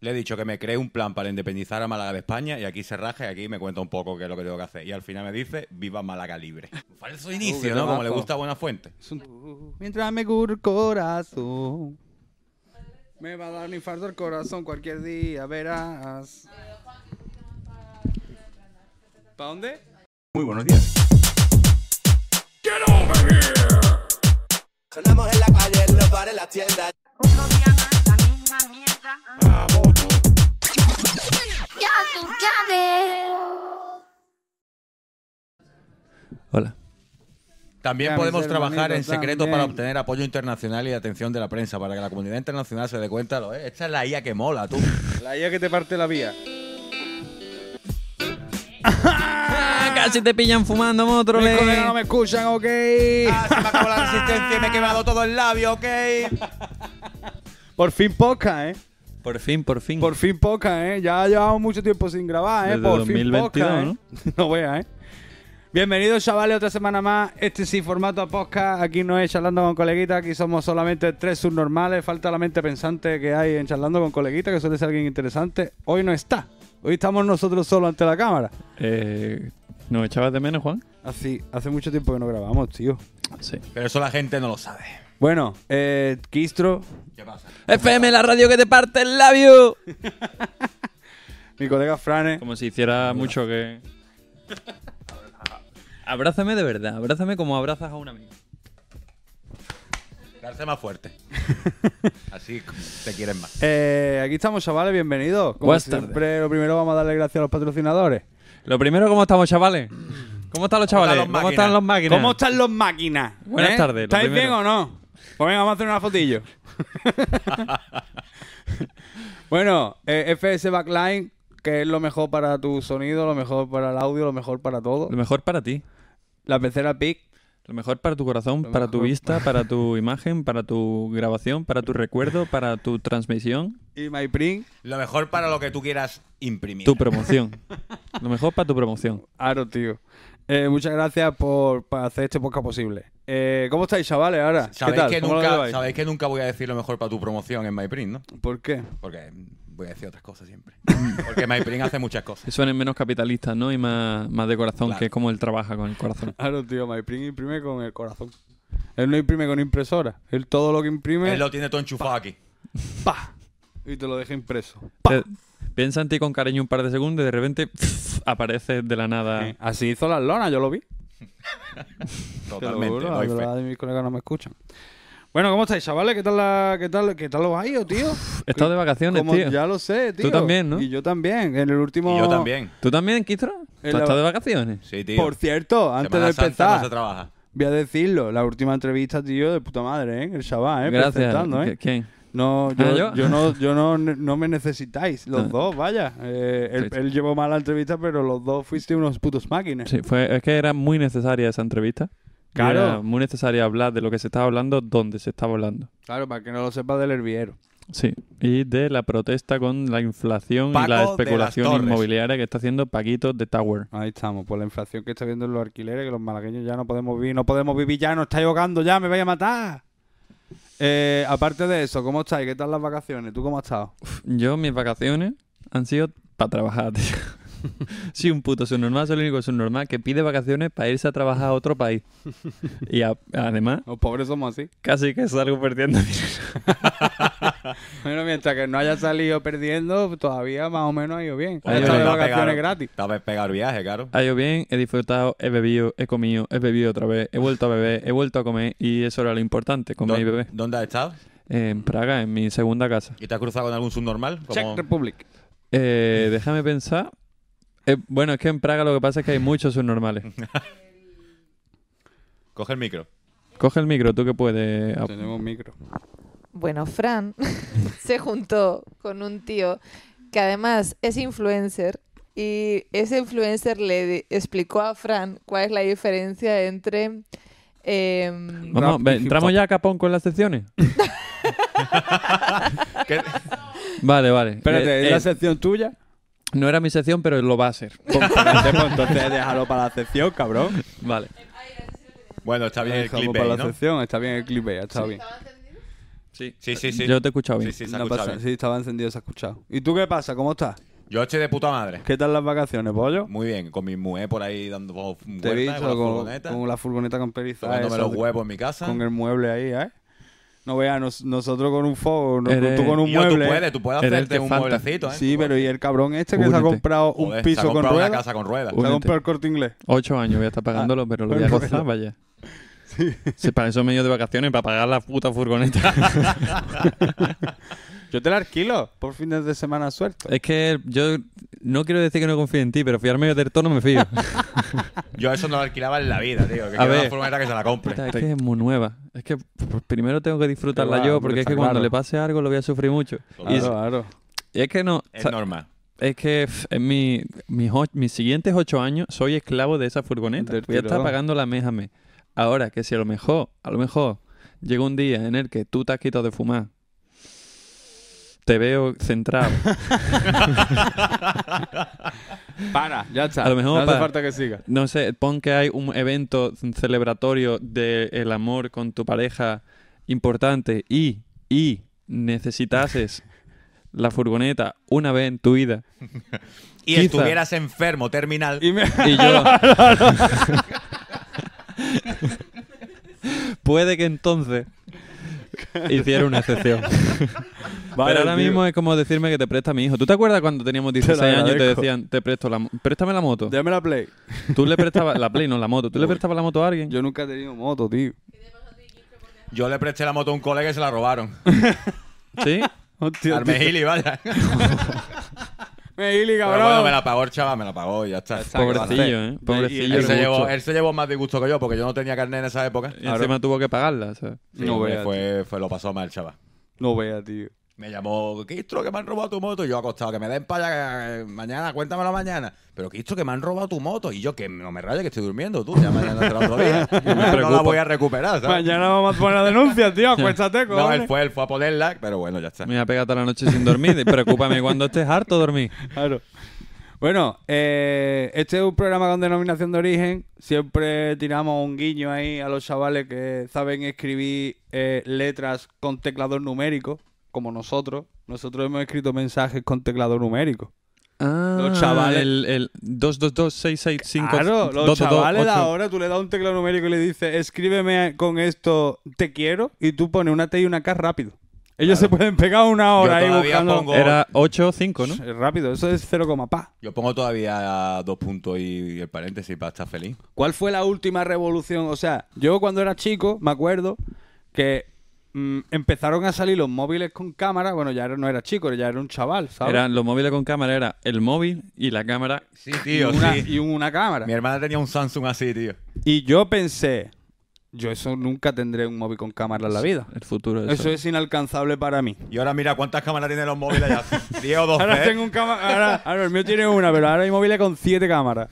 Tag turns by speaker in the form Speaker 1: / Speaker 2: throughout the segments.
Speaker 1: Le he dicho que me cree un plan para independizar a Málaga de España y aquí se raja y aquí me cuenta un poco qué es lo que tengo que hacer. Y al final me dice, viva Málaga libre. Falso inicio, ¿no? Como le
Speaker 2: temazo.
Speaker 1: gusta a Buena Fuente.
Speaker 2: Es un- Mientras me cura el corazón. Me va a dar un infarto el corazón cualquier día, verás. ¿Para dónde?
Speaker 1: Muy buenos días.
Speaker 3: Sonamos en la calle, en los bares, en las tiendas.
Speaker 4: Otro día más, la misma mierda.
Speaker 5: Ya tú sabes.
Speaker 2: Hola.
Speaker 1: También
Speaker 2: Ya,
Speaker 1: podemos
Speaker 2: mis
Speaker 1: trabajar en
Speaker 2: hermanitos,
Speaker 1: secreto
Speaker 2: también.
Speaker 1: para obtener apoyo internacional y atención de la prensa, para que la comunidad internacional se dé cuenta. Lo, eh, esta es la IA que mola, tú.
Speaker 2: La IA que te parte la vía.
Speaker 6: Casi te pillan fumando, motrole.
Speaker 2: Mis colegas no me escuchan, ok.
Speaker 1: Ah, se me acabó la resistencia y me he quemado todo el labio, ¿ok?
Speaker 2: Por fin poca, eh.
Speaker 6: Por fin, por fin.
Speaker 2: Por fin poca, ¿eh? Ya llevamos mucho tiempo sin grabar, ¿eh?
Speaker 6: Desde
Speaker 2: Por
Speaker 6: 2022,
Speaker 2: fin poca, ¿eh? No veas, ¿eh? Bienvenidos, chavales, otra semana más. Este sí, formato a podcast. Aquí no es charlando con coleguitas. Aquí somos solamente tres subnormales. Falta la mente pensante que hay en charlando con coleguitas, que suele ser alguien interesante. Hoy no está. Hoy estamos nosotros solos ante la cámara.
Speaker 6: Eh, ¿Nos echabas de menos, Juan?
Speaker 2: Así, hace mucho tiempo que no grabamos, tío.
Speaker 6: Sí.
Speaker 1: Pero eso la gente no lo sabe.
Speaker 2: Bueno, eh, Kistro,
Speaker 1: ¿Qué pasa?
Speaker 6: FM, la radio que te parte el labio.
Speaker 2: mi colega Frane.
Speaker 6: Como si hiciera mucho que. Abrázame de verdad, abrázame como abrazas a un amigo.
Speaker 1: Darse más fuerte. Así te quieren más.
Speaker 2: Eh, aquí estamos, chavales, bienvenidos. Como
Speaker 6: Buenas
Speaker 2: siempre,
Speaker 6: tardes.
Speaker 2: lo primero vamos a darle gracias a los patrocinadores.
Speaker 6: Lo primero, ¿cómo estamos, chavales? ¿Cómo están los
Speaker 1: ¿Cómo están
Speaker 6: chavales?
Speaker 1: los
Speaker 6: ¿Cómo están los máquinas?
Speaker 2: ¿Cómo están los máquinas?
Speaker 6: Buenas
Speaker 2: ¿Eh?
Speaker 6: tardes, lo
Speaker 2: ¿Estáis bien
Speaker 6: primero.
Speaker 2: o no? Pues venga, vamos a hacer una fotillo. bueno, eh, FS Backline, que es lo mejor para tu sonido, lo mejor para el audio, lo mejor para todo.
Speaker 6: Lo mejor para ti.
Speaker 2: La pecera PIC.
Speaker 6: Lo mejor para tu corazón,
Speaker 2: Lo
Speaker 6: para tu
Speaker 2: mejor.
Speaker 6: vista, para tu imagen, para tu grabación, para tu recuerdo, para tu transmisión,
Speaker 2: y MyPrint,
Speaker 1: Lo mejor para lo que tú quieras imprimir.
Speaker 6: tu promoción. Lo mejor para tu promoción.
Speaker 2: Aro, tío. Eh, muchas gracias por, por hacer este podcast posible. Eh, ¿Cómo estáis, chavales, ahora? ¿Qué
Speaker 1: ¿Sabéis,
Speaker 2: tal?
Speaker 1: que
Speaker 2: ¿Cómo lo
Speaker 1: nunca,
Speaker 2: lleváis?
Speaker 1: sabéis que nunca voy a decir lo mejor para tu promoción en MyPrint, ¿no?
Speaker 2: ¿Por qué?
Speaker 1: Porque voy a decir otras cosas siempre. Porque MyPrint hace muchas
Speaker 6: Que
Speaker 1: cosas.
Speaker 6: suenen menos capitalistas, ¿no? Y más, más de corazón,
Speaker 1: Claro.
Speaker 6: que es como él trabaja con el corazón.
Speaker 2: Claro, tío, MyPrint imprime con el corazón. Él no imprime con impresora. Él todo lo que imprime...
Speaker 1: Él lo tiene todo enchufado aquí.
Speaker 2: ¡Pa! Y te lo deja impreso.
Speaker 6: Te- piensa en ti con cariño un par de segundos y de repente aparece de la nada.
Speaker 2: Eh, Así hizo las lonas, yo lo vi. Te lo
Speaker 1: Totalmente.
Speaker 2: juro,
Speaker 1: doy
Speaker 2: la
Speaker 1: fe.
Speaker 2: verdad de mis colegas no me escuchan. Bueno, ¿cómo estáis, chavales? ¿Qué tal, la, qué tal, qué tal los hay, tío?
Speaker 6: He estado de vacaciones,
Speaker 2: Como-
Speaker 6: tío.
Speaker 2: Ya lo sé, tío.
Speaker 6: también, ¿no?
Speaker 2: Y yo también. En el último...
Speaker 1: Y yo también.
Speaker 6: ¿Tú también, Kistro? ¿Tú
Speaker 2: En
Speaker 6: has
Speaker 2: la-
Speaker 6: estado de vacaciones?
Speaker 1: Sí, tío.
Speaker 2: Por cierto, antes de
Speaker 1: Semana Santa
Speaker 2: empezar,
Speaker 1: no se trabaja.
Speaker 2: voy a decirlo. La última entrevista, tío, de puta madre, ¿eh? El chaval, ¿eh?
Speaker 6: Gracias.
Speaker 2: Presentando, ¿eh?
Speaker 6: ¿Quién?
Speaker 2: No, yo,
Speaker 6: Ah,
Speaker 2: yo?
Speaker 6: ¿yo?
Speaker 2: no, yo no, no me necesitáis, los
Speaker 6: Ah.
Speaker 2: dos, vaya. Eh, él,
Speaker 6: Sí.
Speaker 2: él llevó mal la entrevista, pero los dos fuiste unos putos máquinas.
Speaker 6: Sí, fue, es que era muy necesaria esa entrevista. Y
Speaker 2: Claro.
Speaker 6: Era muy necesaria hablar de lo que se estaba hablando, donde se estaba hablando.
Speaker 2: Claro, para que no lo sepa del herviero.
Speaker 6: Sí. Y de la protesta con la inflación
Speaker 1: Paco
Speaker 6: y la
Speaker 1: de las
Speaker 6: especulación
Speaker 1: Torres.
Speaker 6: inmobiliaria que está haciendo Paquito de Tower.
Speaker 2: Ahí estamos, por la inflación que está viendo en los alquileres, que los malagueños ya no podemos vivir, no podemos vivir ya, nos estáis ahogando ya, me vais a matar. Eh, aparte de eso, ¿cómo estáis? ¿Qué tal las vacaciones? ¿Tú cómo has estado?
Speaker 6: Yo, mis vacaciones han sido para trabajar, tío. Soy un puto subnormal, soy el único subnormal que pide vacaciones para irse a trabajar a otro país. Y a- además,
Speaker 2: Los pobres somos así.
Speaker 6: casi que salgo perdiendo dinero.
Speaker 2: Bueno, mientras que no haya salido perdiendo, todavía más o menos ha ido bien.
Speaker 1: Oye,
Speaker 2: Ha estado de
Speaker 1: te va a
Speaker 2: vacaciones
Speaker 1: pegar-
Speaker 2: gratis. Ah,
Speaker 1: Te va a pegar viaje, claro.
Speaker 6: Ha ido bien, he disfrutado, he bebido, he comido, he bebido otra vez, he vuelto a beber, he vuelto a comer y eso era lo importante, comer y
Speaker 1: ¿Dó-
Speaker 6: beber.
Speaker 1: ¿Dónde has estado?
Speaker 6: En Praga, en mi segunda casa.
Speaker 1: ¿Y te has cruzado con algún subnormal?
Speaker 2: Czech
Speaker 1: Como-
Speaker 2: Republic.
Speaker 6: Eh, déjame pensar. Eh, bueno, es que en Praga lo que pasa es que hay muchos subnormales.
Speaker 1: Coge el micro.
Speaker 6: Coge el micro, tú que puedes. Ah,
Speaker 2: Tenemos micro.
Speaker 7: Bueno, Fran se juntó con un tío que además es influencer y ese influencer le di- explicó a Fran cuál es la diferencia entre... em,
Speaker 6: Vamos,
Speaker 2: Rap y
Speaker 6: ve,
Speaker 2: hip
Speaker 6: entramos
Speaker 2: hop.
Speaker 6: ya a Capón con las secciones.
Speaker 1: ¿Qué-
Speaker 6: Vale, vale.
Speaker 2: Espérate,
Speaker 6: Eh,
Speaker 2: ¿es la
Speaker 6: eh,
Speaker 2: sección tuya?
Speaker 6: no era mi sección, pero lo va a ser.
Speaker 2: Espérate, pues, entonces déjalo para la sección, cabrón.
Speaker 6: Vale.
Speaker 1: Bueno, está bien el
Speaker 2: Déjalo
Speaker 1: clip
Speaker 2: para
Speaker 1: ahí,
Speaker 2: la
Speaker 1: ¿no?
Speaker 2: sección, está bien el clip, está bien.
Speaker 6: Sí.
Speaker 1: Sí, sí, sí.
Speaker 6: Yo te he escuchado bien.
Speaker 1: Sí, sí, se ha
Speaker 2: No
Speaker 1: escuchado
Speaker 2: pasa-
Speaker 1: bien.
Speaker 2: sí, estaba encendido, se ha escuchado. ¿Y tú qué pasa? ¿Cómo estás?
Speaker 1: Yo estoy de puta madre.
Speaker 2: ¿Qué tal las vacaciones, pollo?
Speaker 1: Muy bien, con mi mujer por ahí dando
Speaker 2: Te he
Speaker 1: vueltas
Speaker 2: visto
Speaker 1: con la
Speaker 2: con,
Speaker 1: furgoneta,
Speaker 2: con la furgoneta camperizada.
Speaker 1: tocándome
Speaker 2: esa,
Speaker 1: los huevos en mi casa.
Speaker 2: Con el mueble ahí, ¿eh? No veas, nos- nosotros con un fuego, no-
Speaker 6: Eres-
Speaker 2: tú con un
Speaker 1: Y yo,
Speaker 2: mueble. ¿eh?
Speaker 1: tú puedes, tú puedes
Speaker 6: Eres el
Speaker 1: hacerte
Speaker 6: que
Speaker 1: un
Speaker 6: falta.
Speaker 1: mueblecito, ¿eh?
Speaker 2: Sí, pero y el cabrón este que se ha
Speaker 6: Únete.
Speaker 2: comprado un
Speaker 1: Joder, se
Speaker 2: piso
Speaker 1: ha
Speaker 2: con
Speaker 1: comprado
Speaker 2: ruedas.
Speaker 1: una casa con ruedas.
Speaker 2: Se ha
Speaker 6: Únete.
Speaker 2: comprado el corte inglés.
Speaker 6: Ocho años voy a estar pagándolo, pero lo voy a
Speaker 2: pero-
Speaker 6: gozar, vaya. Sí, para eso medio de vacaciones, para pagar la puta furgoneta.
Speaker 2: Yo te la alquilo por fines de semana suelto.
Speaker 6: es que yo no quiero decir que no confío en ti, pero fiarme del tono me fío.
Speaker 1: Yo eso no lo alquilaba en la vida, tío. Que
Speaker 6: A
Speaker 1: quiero
Speaker 6: ver.
Speaker 1: una furgoneta que se la compre.
Speaker 6: Puta, es que es muy nueva. Es que pr- primero tengo que disfrutarla
Speaker 2: Claro,
Speaker 6: yo,
Speaker 2: hombre,
Speaker 6: porque es que
Speaker 2: está
Speaker 6: cuando
Speaker 2: claro.
Speaker 6: le pase algo lo voy a sufrir mucho.
Speaker 1: Claro.
Speaker 6: Y,
Speaker 2: Claro, claro.
Speaker 6: y es que no.
Speaker 1: Es
Speaker 6: sa-
Speaker 1: normal.
Speaker 6: Es que pf, en mi- mis, och- mis siguientes ocho años soy esclavo de esa furgoneta.
Speaker 2: Del
Speaker 6: Voy a estar
Speaker 2: tirón.
Speaker 6: pagando la mes a mes. Ahora, que si a lo mejor, a lo mejor llega un día en el que tú te has quitado de fumar, te veo centrado.
Speaker 2: Para, ya está.
Speaker 6: A lo mejor
Speaker 2: no hace
Speaker 6: para.
Speaker 2: falta que siga.
Speaker 6: no sé, pon que hay un evento celebratorio del amor con tu pareja importante y, y necesitases la furgoneta una vez en tu vida.
Speaker 1: Y
Speaker 6: Quizá.
Speaker 1: estuvieras enfermo, terminal.
Speaker 2: Y me-
Speaker 6: Y yo. Puede que entonces hiciera una excepción.
Speaker 2: Vale,
Speaker 6: Pero ahora
Speaker 2: tío.
Speaker 6: mismo es como decirme que te presta mi hijo. ¿Tú te acuerdas cuando teníamos 16 años y te
Speaker 2: agradezco.
Speaker 6: decían, te presto la mo- préstame la moto?
Speaker 2: Déjame la play.
Speaker 6: Tú le prestabas la Play, no la moto. ¿Tú le prestabas la moto a alguien?
Speaker 2: Yo nunca he tenido moto, tío.
Speaker 1: Yo le presté la moto a un colega y se la robaron.
Speaker 6: ¿Sí?
Speaker 2: Hostia,
Speaker 1: Armejili, vaya. Pero
Speaker 2: Me hili, cabrón.
Speaker 1: bueno, me la pagó el chaval, me la pagó y ya está.
Speaker 6: Pobrecillo, ¿eh?
Speaker 2: Y
Speaker 6: Pobrecillo.
Speaker 1: Él
Speaker 6: el
Speaker 1: se, llevó,
Speaker 6: gusto.
Speaker 1: él se llevó más disgusto que yo porque yo no tenía carnet en esa época.
Speaker 6: Y encima tuvo que pagarla. o sea.
Speaker 1: Sí,
Speaker 2: no
Speaker 1: hombre,
Speaker 2: veas. tío.
Speaker 1: fue, fue, lo pasó mal el chaval.
Speaker 2: No veas, tío.
Speaker 1: Me llamó, Quistro, que me han robado tu moto. Y yo acostado, que me den para allá eh, mañana, cuéntamelo mañana. Pero Quistro, que me han robado tu moto. Y yo, que no me rayes, que estoy durmiendo tú. Ya mañana será otro día. no la
Speaker 6: preocupa.
Speaker 1: voy a recuperar, ¿sabes?
Speaker 2: Mañana Pues vamos a poner la denuncia, tío. Acuéstate,
Speaker 1: No,
Speaker 2: cojones.
Speaker 1: él fue, él fue a ponerla, pero bueno, ya está.
Speaker 6: Me voy a pegar toda la noche sin dormir. Preocúpame cuando estés harto de dormir.
Speaker 2: Claro. Bueno, eh, este es un programa con denominación de origen. Siempre tiramos un guiño ahí a los chavales que saben escribir eh, letras con teclado numérico, como nosotros. Nosotros hemos escrito mensajes con teclado numérico.
Speaker 6: Ah,
Speaker 2: Los chavales-
Speaker 6: El, el 222-665.
Speaker 2: claro, los
Speaker 6: 222,
Speaker 2: chavales de
Speaker 6: ocho.
Speaker 2: ahora tú le das un teclado numérico y le dices, escríbeme con esto, te quiero, y tú pones una T y una K rápido. Ellos se pueden pegar una hora
Speaker 1: Yo
Speaker 2: ahí
Speaker 1: todavía
Speaker 2: buscando.
Speaker 1: pongo-
Speaker 6: Era 8-5, ¿no?
Speaker 2: Eh, Rápido, eso es cero coma pa.
Speaker 1: Yo pongo todavía dos puntos y el paréntesis para estar feliz.
Speaker 2: ¿Cuál fue la última revolución? O sea, yo cuando era chico, me acuerdo que mm, empezaron a salir los móviles con cámara. Bueno, ya era- no era chico, ya era un chaval, ¿sabes?
Speaker 6: Eran los móviles con cámara, era el móvil y la cámara.
Speaker 1: Sí,
Speaker 2: y,
Speaker 1: tío,
Speaker 2: una,
Speaker 1: sí.
Speaker 2: y una cámara.
Speaker 1: Mi hermana tenía un Samsung así, tío.
Speaker 2: Y yo pensé, yo eso nunca tendré un móvil con cámara en la vida.
Speaker 6: El futuro. de
Speaker 2: Eso es inalcanzable para mí.
Speaker 1: Y ahora mira cuántas cámaras tienen los móviles ya. 10 o 12.
Speaker 2: Ahora
Speaker 1: ¿eh?
Speaker 2: tengo un cámara. Ahora, ahora el mío tiene una, pero ahora hay móviles con siete cámaras.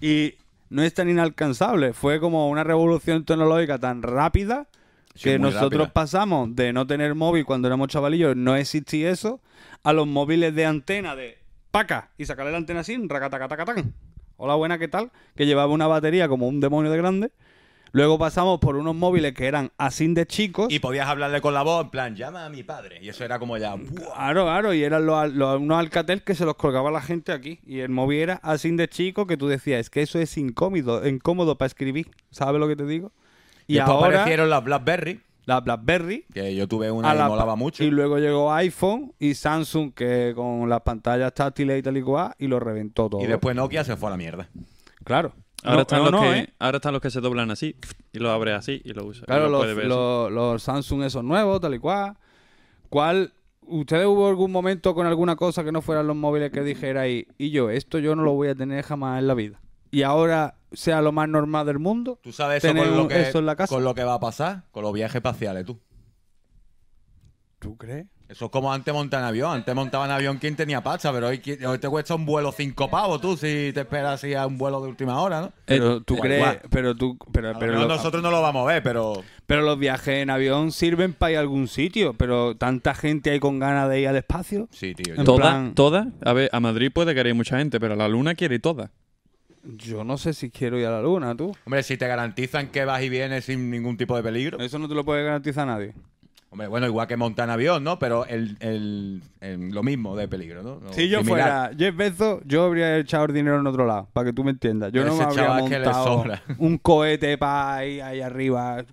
Speaker 2: Y no es tan inalcanzable. Fue como una revolución tecnológica tan rápida
Speaker 1: Sí,
Speaker 2: que
Speaker 1: muy
Speaker 2: nosotros
Speaker 1: rápida.
Speaker 2: pasamos de no tener móvil cuando éramos chavalillos, no existía eso, a los móviles de antena de paca y sacarle la antena así, racatacatacatán. Hola, buena, ¿qué tal? Que llevaba una batería como un demonio de grande. Luego pasamos por unos móviles que eran así de chicos.
Speaker 1: Y podías hablarle con la voz, en plan, llama a mi padre. Y eso era como ya. ¡buah!
Speaker 2: Claro, claro, y eran los, los- unos alcatel que se los colgaba la gente aquí. Y el móvil era así de chico que tú decías, es que eso es incómodo, incómodo para escribir. ¿Sabes lo que te digo? Y
Speaker 1: Después
Speaker 2: ahora
Speaker 1: aparecieron las Blackberry,
Speaker 2: la BlackBerry.
Speaker 1: que yo tuve
Speaker 2: a
Speaker 1: una y
Speaker 2: la-
Speaker 1: molaba mucho.
Speaker 2: Y luego llegó iPhone y Samsung, que con las pantallas táctiles y tal y cual, y lo reventó todo.
Speaker 1: Y después Nokia se fue a la mierda.
Speaker 2: claro.
Speaker 6: Ahora,
Speaker 2: No,
Speaker 6: están
Speaker 2: no, no,
Speaker 6: los que,
Speaker 2: ¿eh?
Speaker 6: ahora están los que se doblan así y lo abres así y lo usas. y
Speaker 2: Claro,
Speaker 6: lo
Speaker 2: los,
Speaker 6: puedes ver así.
Speaker 2: los- los Samsung esos nuevos, tal y cual. ¿Cuál? ¿Ustedes hubo algún momento con alguna cosa que no fueran los móviles que dijera y, y yo, esto yo no lo voy a tener jamás en la vida? Y ahora sea lo más normal del mundo.
Speaker 1: ¿Tú sabes eso
Speaker 2: tener
Speaker 1: con, lo
Speaker 2: un-
Speaker 1: que,
Speaker 2: eso en la casa.
Speaker 1: con lo que va a pasar? Con los viajes espaciales, tú.
Speaker 2: ¿Tú crees?
Speaker 1: Eso es como antes montaban avión. Antes montaban avión quien tenía pacha, pero hoy, qui- hoy te cuesta un vuelo cinco pavos, tú, si te esperas así a un vuelo de última hora, ¿no?
Speaker 2: Pero tú
Speaker 1: da
Speaker 2: crees,
Speaker 1: igual.
Speaker 2: pero tú, pero, pero,
Speaker 1: Pero
Speaker 2: lo-
Speaker 1: nosotros no lo vamos a ver, pero.
Speaker 2: pero los viajes en avión sirven para ir a algún sitio, pero tanta gente hay con ganas de ir al espacio.
Speaker 1: Sí, tío.
Speaker 2: en
Speaker 6: Toda,
Speaker 2: plan-
Speaker 6: toda. A ver, a Madrid puede querer mucha gente, pero a la luna quiere ir toda.
Speaker 2: Yo no sé si quiero ir a la luna, tú.
Speaker 1: Hombre, si te garantizan que vas y vienes sin ningún tipo de peligro.
Speaker 2: Eso no te lo puede garantizar nadie.
Speaker 1: Hombre, bueno, igual que montar en avión, ¿no? Pero el, el- el- lo mismo de peligro, ¿no? Lo
Speaker 2: Si yo
Speaker 1: similar.
Speaker 2: fuera Jeff Bezos, yo habría echado el dinero en otro lado, para que tú me entiendas. Yo no
Speaker 1: Ese
Speaker 2: me habría
Speaker 1: chaval que le
Speaker 2: montado
Speaker 1: sobra.
Speaker 2: un cohete para ahí, ahí arriba.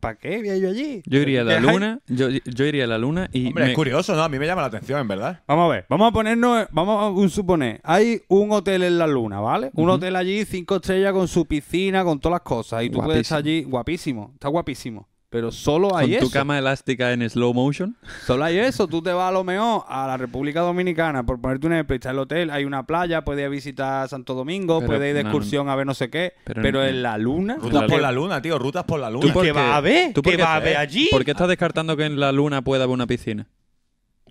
Speaker 2: ¿Para qué voy yo allí?
Speaker 6: Yo iría a la
Speaker 2: Deja-
Speaker 6: luna, yo, yo iría a la luna y
Speaker 1: Hombre,
Speaker 6: me-
Speaker 1: es curioso, ¿no? A mí me llama la atención, en verdad.
Speaker 2: Vamos a ver, vamos a ponernos, vamos a un suponer. Hay un hotel en la luna, ¿vale? Un hotel allí, cinco estrellas, con su piscina, con todas las cosas. Y tú puedes estar allí, guapísimo, está guapísimo. Pero solo
Speaker 6: con
Speaker 2: hay
Speaker 6: tu
Speaker 2: eso.
Speaker 6: cama elástica en slow motion.
Speaker 2: Solo hay eso. Tú te vas a lo mejor a la República Dominicana, por ponerte un ejemplo, está el hotel, hay una playa, puedes ir a visitar Santo Domingo,
Speaker 6: Pero
Speaker 2: puedes ir de
Speaker 6: no,
Speaker 2: excursión a ver no sé qué.
Speaker 6: pero
Speaker 2: Pero,
Speaker 6: no.
Speaker 2: en la luna.
Speaker 1: Rutas
Speaker 6: La
Speaker 1: por
Speaker 6: luna.
Speaker 1: la luna, tío, rutas por la
Speaker 6: ¿Tú
Speaker 1: luna.
Speaker 6: por
Speaker 2: qué vas a ver?
Speaker 6: ¿Tú por
Speaker 2: ¿Qué vas a ver allí?
Speaker 6: ¿Por qué estás descartando que en la luna pueda haber una piscina?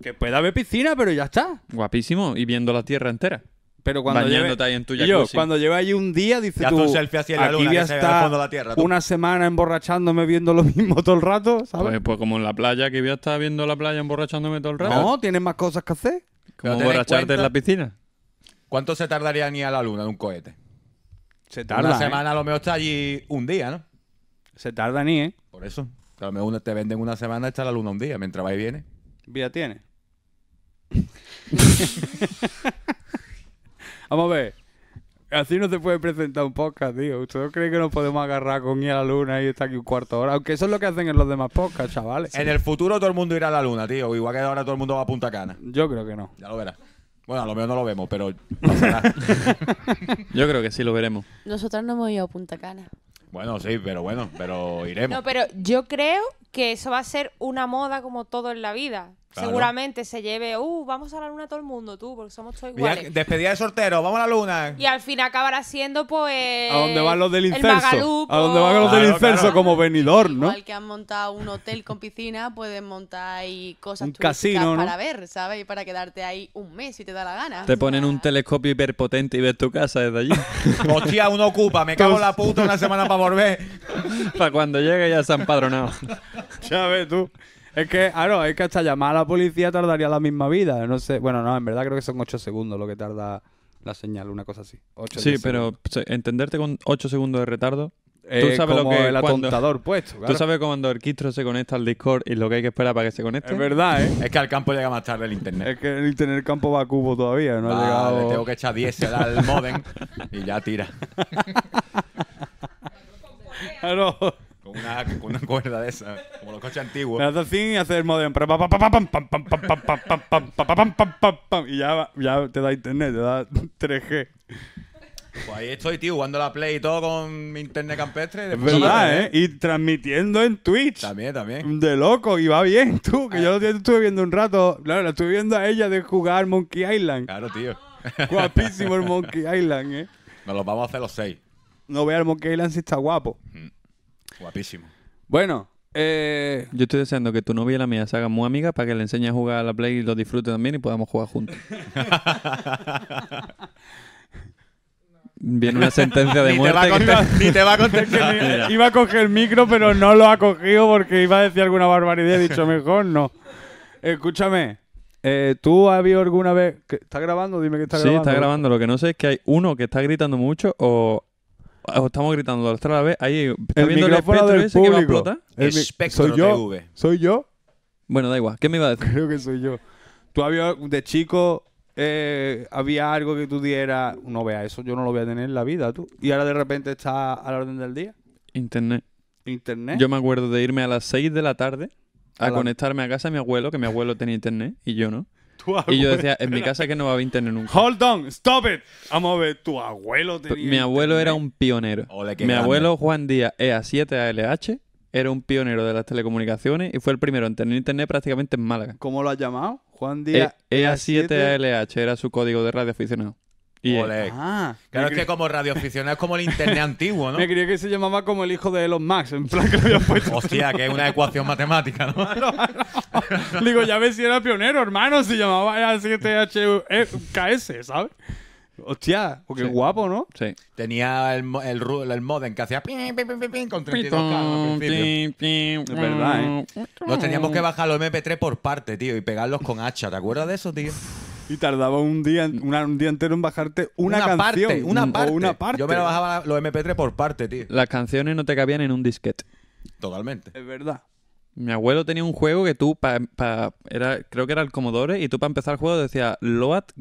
Speaker 2: Que puede haber piscina, pero ya está.
Speaker 6: Guapísimo, y viendo la Tierra entera.
Speaker 2: Pero cuando
Speaker 6: Bañándote
Speaker 2: lleve-
Speaker 6: ahí en tu
Speaker 2: Y yo,
Speaker 6: jacuzzi.
Speaker 2: cuando lleve allí un día, dice
Speaker 1: Ya
Speaker 2: tú,
Speaker 1: hace un selfie así en la
Speaker 2: aquí
Speaker 1: luna,
Speaker 2: voy a
Speaker 1: que se ve al
Speaker 2: estar
Speaker 1: fondo de la Tierra, tú.
Speaker 2: una semana emborrachándome viendo lo mismo todo el rato,
Speaker 6: Pues,
Speaker 2: ¿sabes?
Speaker 6: pues como en la playa, que voy a estar viendo la playa emborrachándome todo el rato.
Speaker 2: no, tienes más cosas que hacer.
Speaker 1: Pero ten
Speaker 6: Como
Speaker 1: en
Speaker 6: emborracharte en
Speaker 1: cuenta-
Speaker 6: la piscina.
Speaker 1: ¿Cuánto se tardaría en ir a la luna de un cohete?
Speaker 2: Se tarda,
Speaker 1: Una
Speaker 2: ¿eh?
Speaker 1: semana a lo mejor está allí un día, ¿no?
Speaker 2: Se tarda ni, ¿eh?
Speaker 1: Por eso. A lo mejor una- te venden una semana, está la luna un día, mientras va y viene.
Speaker 2: Vía tiene. Vamos a ver. Así no se puede presentar un podcast, tío. ¿Ustedes creen que nos podemos agarrar con ir a la luna y estar aquí un cuarto de hora? Aunque eso es lo que hacen en los demás podcasts, chavales.
Speaker 1: En el futuro todo el mundo irá a la luna, tío. Igual que ahora todo el mundo va a Punta Cana.
Speaker 2: Yo creo que no.
Speaker 1: Ya lo verás. Bueno, a lo mejor no lo vemos, pero pasará.
Speaker 6: Yo creo que sí lo veremos.
Speaker 8: Nosotros no hemos ido a Punta Cana.
Speaker 1: bueno, sí, pero bueno, pero iremos.
Speaker 9: No, pero yo creo que eso va a ser una moda como todo en la vida.
Speaker 1: Claro.
Speaker 9: Seguramente se lleve, uh, vamos a la luna todo el mundo, tú, porque somos todos
Speaker 1: Mira,
Speaker 9: iguales.
Speaker 1: despedida de sortero, vamos a la luna.
Speaker 9: Y al fin acabará siendo, pues.
Speaker 2: ¿A dónde van los del
Speaker 9: el
Speaker 2: incenso?
Speaker 9: Magaluf
Speaker 2: ¿A dónde
Speaker 9: o-
Speaker 2: van los del
Speaker 1: Claro,
Speaker 2: incenso
Speaker 1: claro.
Speaker 2: como venidor, no?
Speaker 8: Igual que han montado un hotel con piscina, pueden montar ahí cosas
Speaker 2: Un
Speaker 8: turísticas
Speaker 2: casino, ¿no?
Speaker 8: para ver, ¿sabes? Y para quedarte ahí un mes si te da la gana.
Speaker 6: Te ponen un
Speaker 8: teléfono.
Speaker 6: telescopio hiperpotente y ves tu casa desde allí.
Speaker 1: Hostia, uno ocupa, me cago en la puta una semana para volver.
Speaker 6: Para cuando llegue ya se han padronado.
Speaker 2: Ya ves tú. Es que, claro, es que hasta llamar a la policía tardaría la misma vida. No sé. Bueno, no, en verdad creo que son 8 segundos lo que tarda la señal, una cosa así. Ocho,
Speaker 6: Sí,
Speaker 2: diez
Speaker 6: pero se- entenderte con 8 segundos de retardo.
Speaker 2: segundos.
Speaker 6: tú sabes lo
Speaker 2: como
Speaker 6: que-
Speaker 2: El
Speaker 6: cuando-
Speaker 2: atontador puesto, claro.
Speaker 6: Tú sabes cuando el Kistro se conecta al Discord y lo que hay que esperar para que se conecte.
Speaker 2: Es verdad, ¿eh?
Speaker 1: Es que al campo llega más tarde el internet.
Speaker 2: Es que el tener campo va a cubo todavía, no ha
Speaker 1: Vale,
Speaker 2: llegado.
Speaker 1: tengo que echar 10 al modem y ya tira.
Speaker 2: Claro.
Speaker 1: Con una, con una cuerda de esa, como los coches antiguos.
Speaker 2: Le haces así y haces el modem. pa, pa, pa, pa, pam, pam, pam, pam, pam, pam, pam, pam, pa, pa, pam, pam, pam, pam, Y ya, ya te da internet, te da 3G.
Speaker 1: Pues ahí estoy, tío, jugando la Play y todo con mi internet campestre.
Speaker 2: Es verdad, ¿eh? Y transmitiendo en Twitch.
Speaker 1: También, también.
Speaker 2: De loco, y va bien, tú. Que yo los días te estuve viendo un rato. Claro, la estuve viendo a ella de jugar Monkey Island.
Speaker 1: Claro, tío.
Speaker 2: Guapísimo el Monkey Island, ¿eh?
Speaker 1: Nos los vamos a hacer los seis.
Speaker 2: No veas el Monkey Island si está guapo.
Speaker 1: Guapísimo.
Speaker 2: Bueno, eh,
Speaker 6: Yo estoy deseando que tu novia y la mía se hagan muy amigas para que le enseñe a jugar a la Play y lo disfrute también y podamos jugar juntos. Viene una sentencia de
Speaker 1: Ni te, va
Speaker 6: muerte.
Speaker 1: a
Speaker 6: que-
Speaker 1: contar- ni te va a contestar.
Speaker 6: Mira,
Speaker 2: iba a coger el micro, pero no lo ha cogido porque iba a decir alguna barbaridad. He dicho, mejor no. Escúchame, eh, ¿tú has habido alguna vez. que- ¿Está grabando? Dime que está
Speaker 6: sí,
Speaker 2: grabando.
Speaker 6: está grabando. Lo que no sé es que hay uno que está gritando mucho o, o estamos gritando los tres a la vez. Ahí, ¿está
Speaker 2: El
Speaker 6: viendo el
Speaker 2: micrófono
Speaker 6: espectro
Speaker 2: del
Speaker 6: ese que va a
Speaker 2: público.
Speaker 6: explotar?
Speaker 2: El Eh, mi-
Speaker 1: Espectro
Speaker 2: soy yo,
Speaker 1: TV.
Speaker 2: Soy yo.
Speaker 6: Bueno, da igual. ¿Qué me iba a decir?
Speaker 2: Creo que soy yo. ¿Tú había, de chico eh, había algo que tú dieras? No veas, eso yo no lo voy a tener en la vida, tú. Y ahora de repente está a la orden del día.
Speaker 6: Internet.
Speaker 2: Internet.
Speaker 6: Yo me acuerdo de irme a las 6 de la tarde a
Speaker 2: A la-
Speaker 6: conectarme a casa de mi abuelo, que mi abuelo tenía internet y yo no.
Speaker 2: Tu
Speaker 6: Y yo
Speaker 2: abuelo-
Speaker 6: decía, en mi casa que no va a haber internet nunca.
Speaker 2: Hold on, stop it. Vamos a ver, tu abuelo
Speaker 6: P-
Speaker 2: tenía.
Speaker 6: Mi abuelo
Speaker 2: internet.
Speaker 6: era un pionero.
Speaker 1: Ole, qué
Speaker 6: Mi
Speaker 1: grande.
Speaker 6: abuelo Juan Díaz E EA7ALH era un pionero de las telecomunicaciones y fue el primero en tener internet prácticamente en Málaga.
Speaker 2: ¿Cómo lo has llamado? Juan
Speaker 6: E-
Speaker 2: Díaz. E EA7.
Speaker 6: EA7ALH era su código de radio aficionado. Y eh,
Speaker 1: Ole.
Speaker 2: Ah,
Speaker 1: Claro,
Speaker 2: me
Speaker 1: es que
Speaker 2: cre-
Speaker 1: como radioaficionado es como el internet antiguo, ¿no?
Speaker 2: Me creía que se llamaba como el hijo de Elon Musk, en plan que lo había puesto.
Speaker 1: Hostia, que es una ecuación matemática, ¿no?
Speaker 2: Digo, ya ves si era pionero, hermano, se llamaba E A7HKS, E ¿sabes? Hostia, qué
Speaker 6: Sí.
Speaker 2: guapo, ¿no?
Speaker 6: sí.
Speaker 1: Tenía el, mo- el, ru- el modem que hacía pim, pim, pim, pim, pim, con 32K al principio.
Speaker 6: Es
Speaker 2: verdad,
Speaker 6: ¿eh?
Speaker 1: Nos teníamos que bajar los MP3 por parte, tío, y pegarlos con hacha. ¿Te acuerdas de eso, tío?
Speaker 2: Y tardaba un día, en- una- un día entero en bajarte una, canción.
Speaker 1: parte, una
Speaker 2: Mm,
Speaker 1: parte.
Speaker 2: O una parte.
Speaker 1: Yo me la bajaba la- los MP3 por parte, tío.
Speaker 6: Las canciones no te cabían en un disquete.
Speaker 1: Totalmente.
Speaker 2: Es verdad.
Speaker 6: Mi abuelo tenía un juego que tú, pa, pa- era, creo que era el Commodore, y tú para empezar el juego decías Loat-Q-S,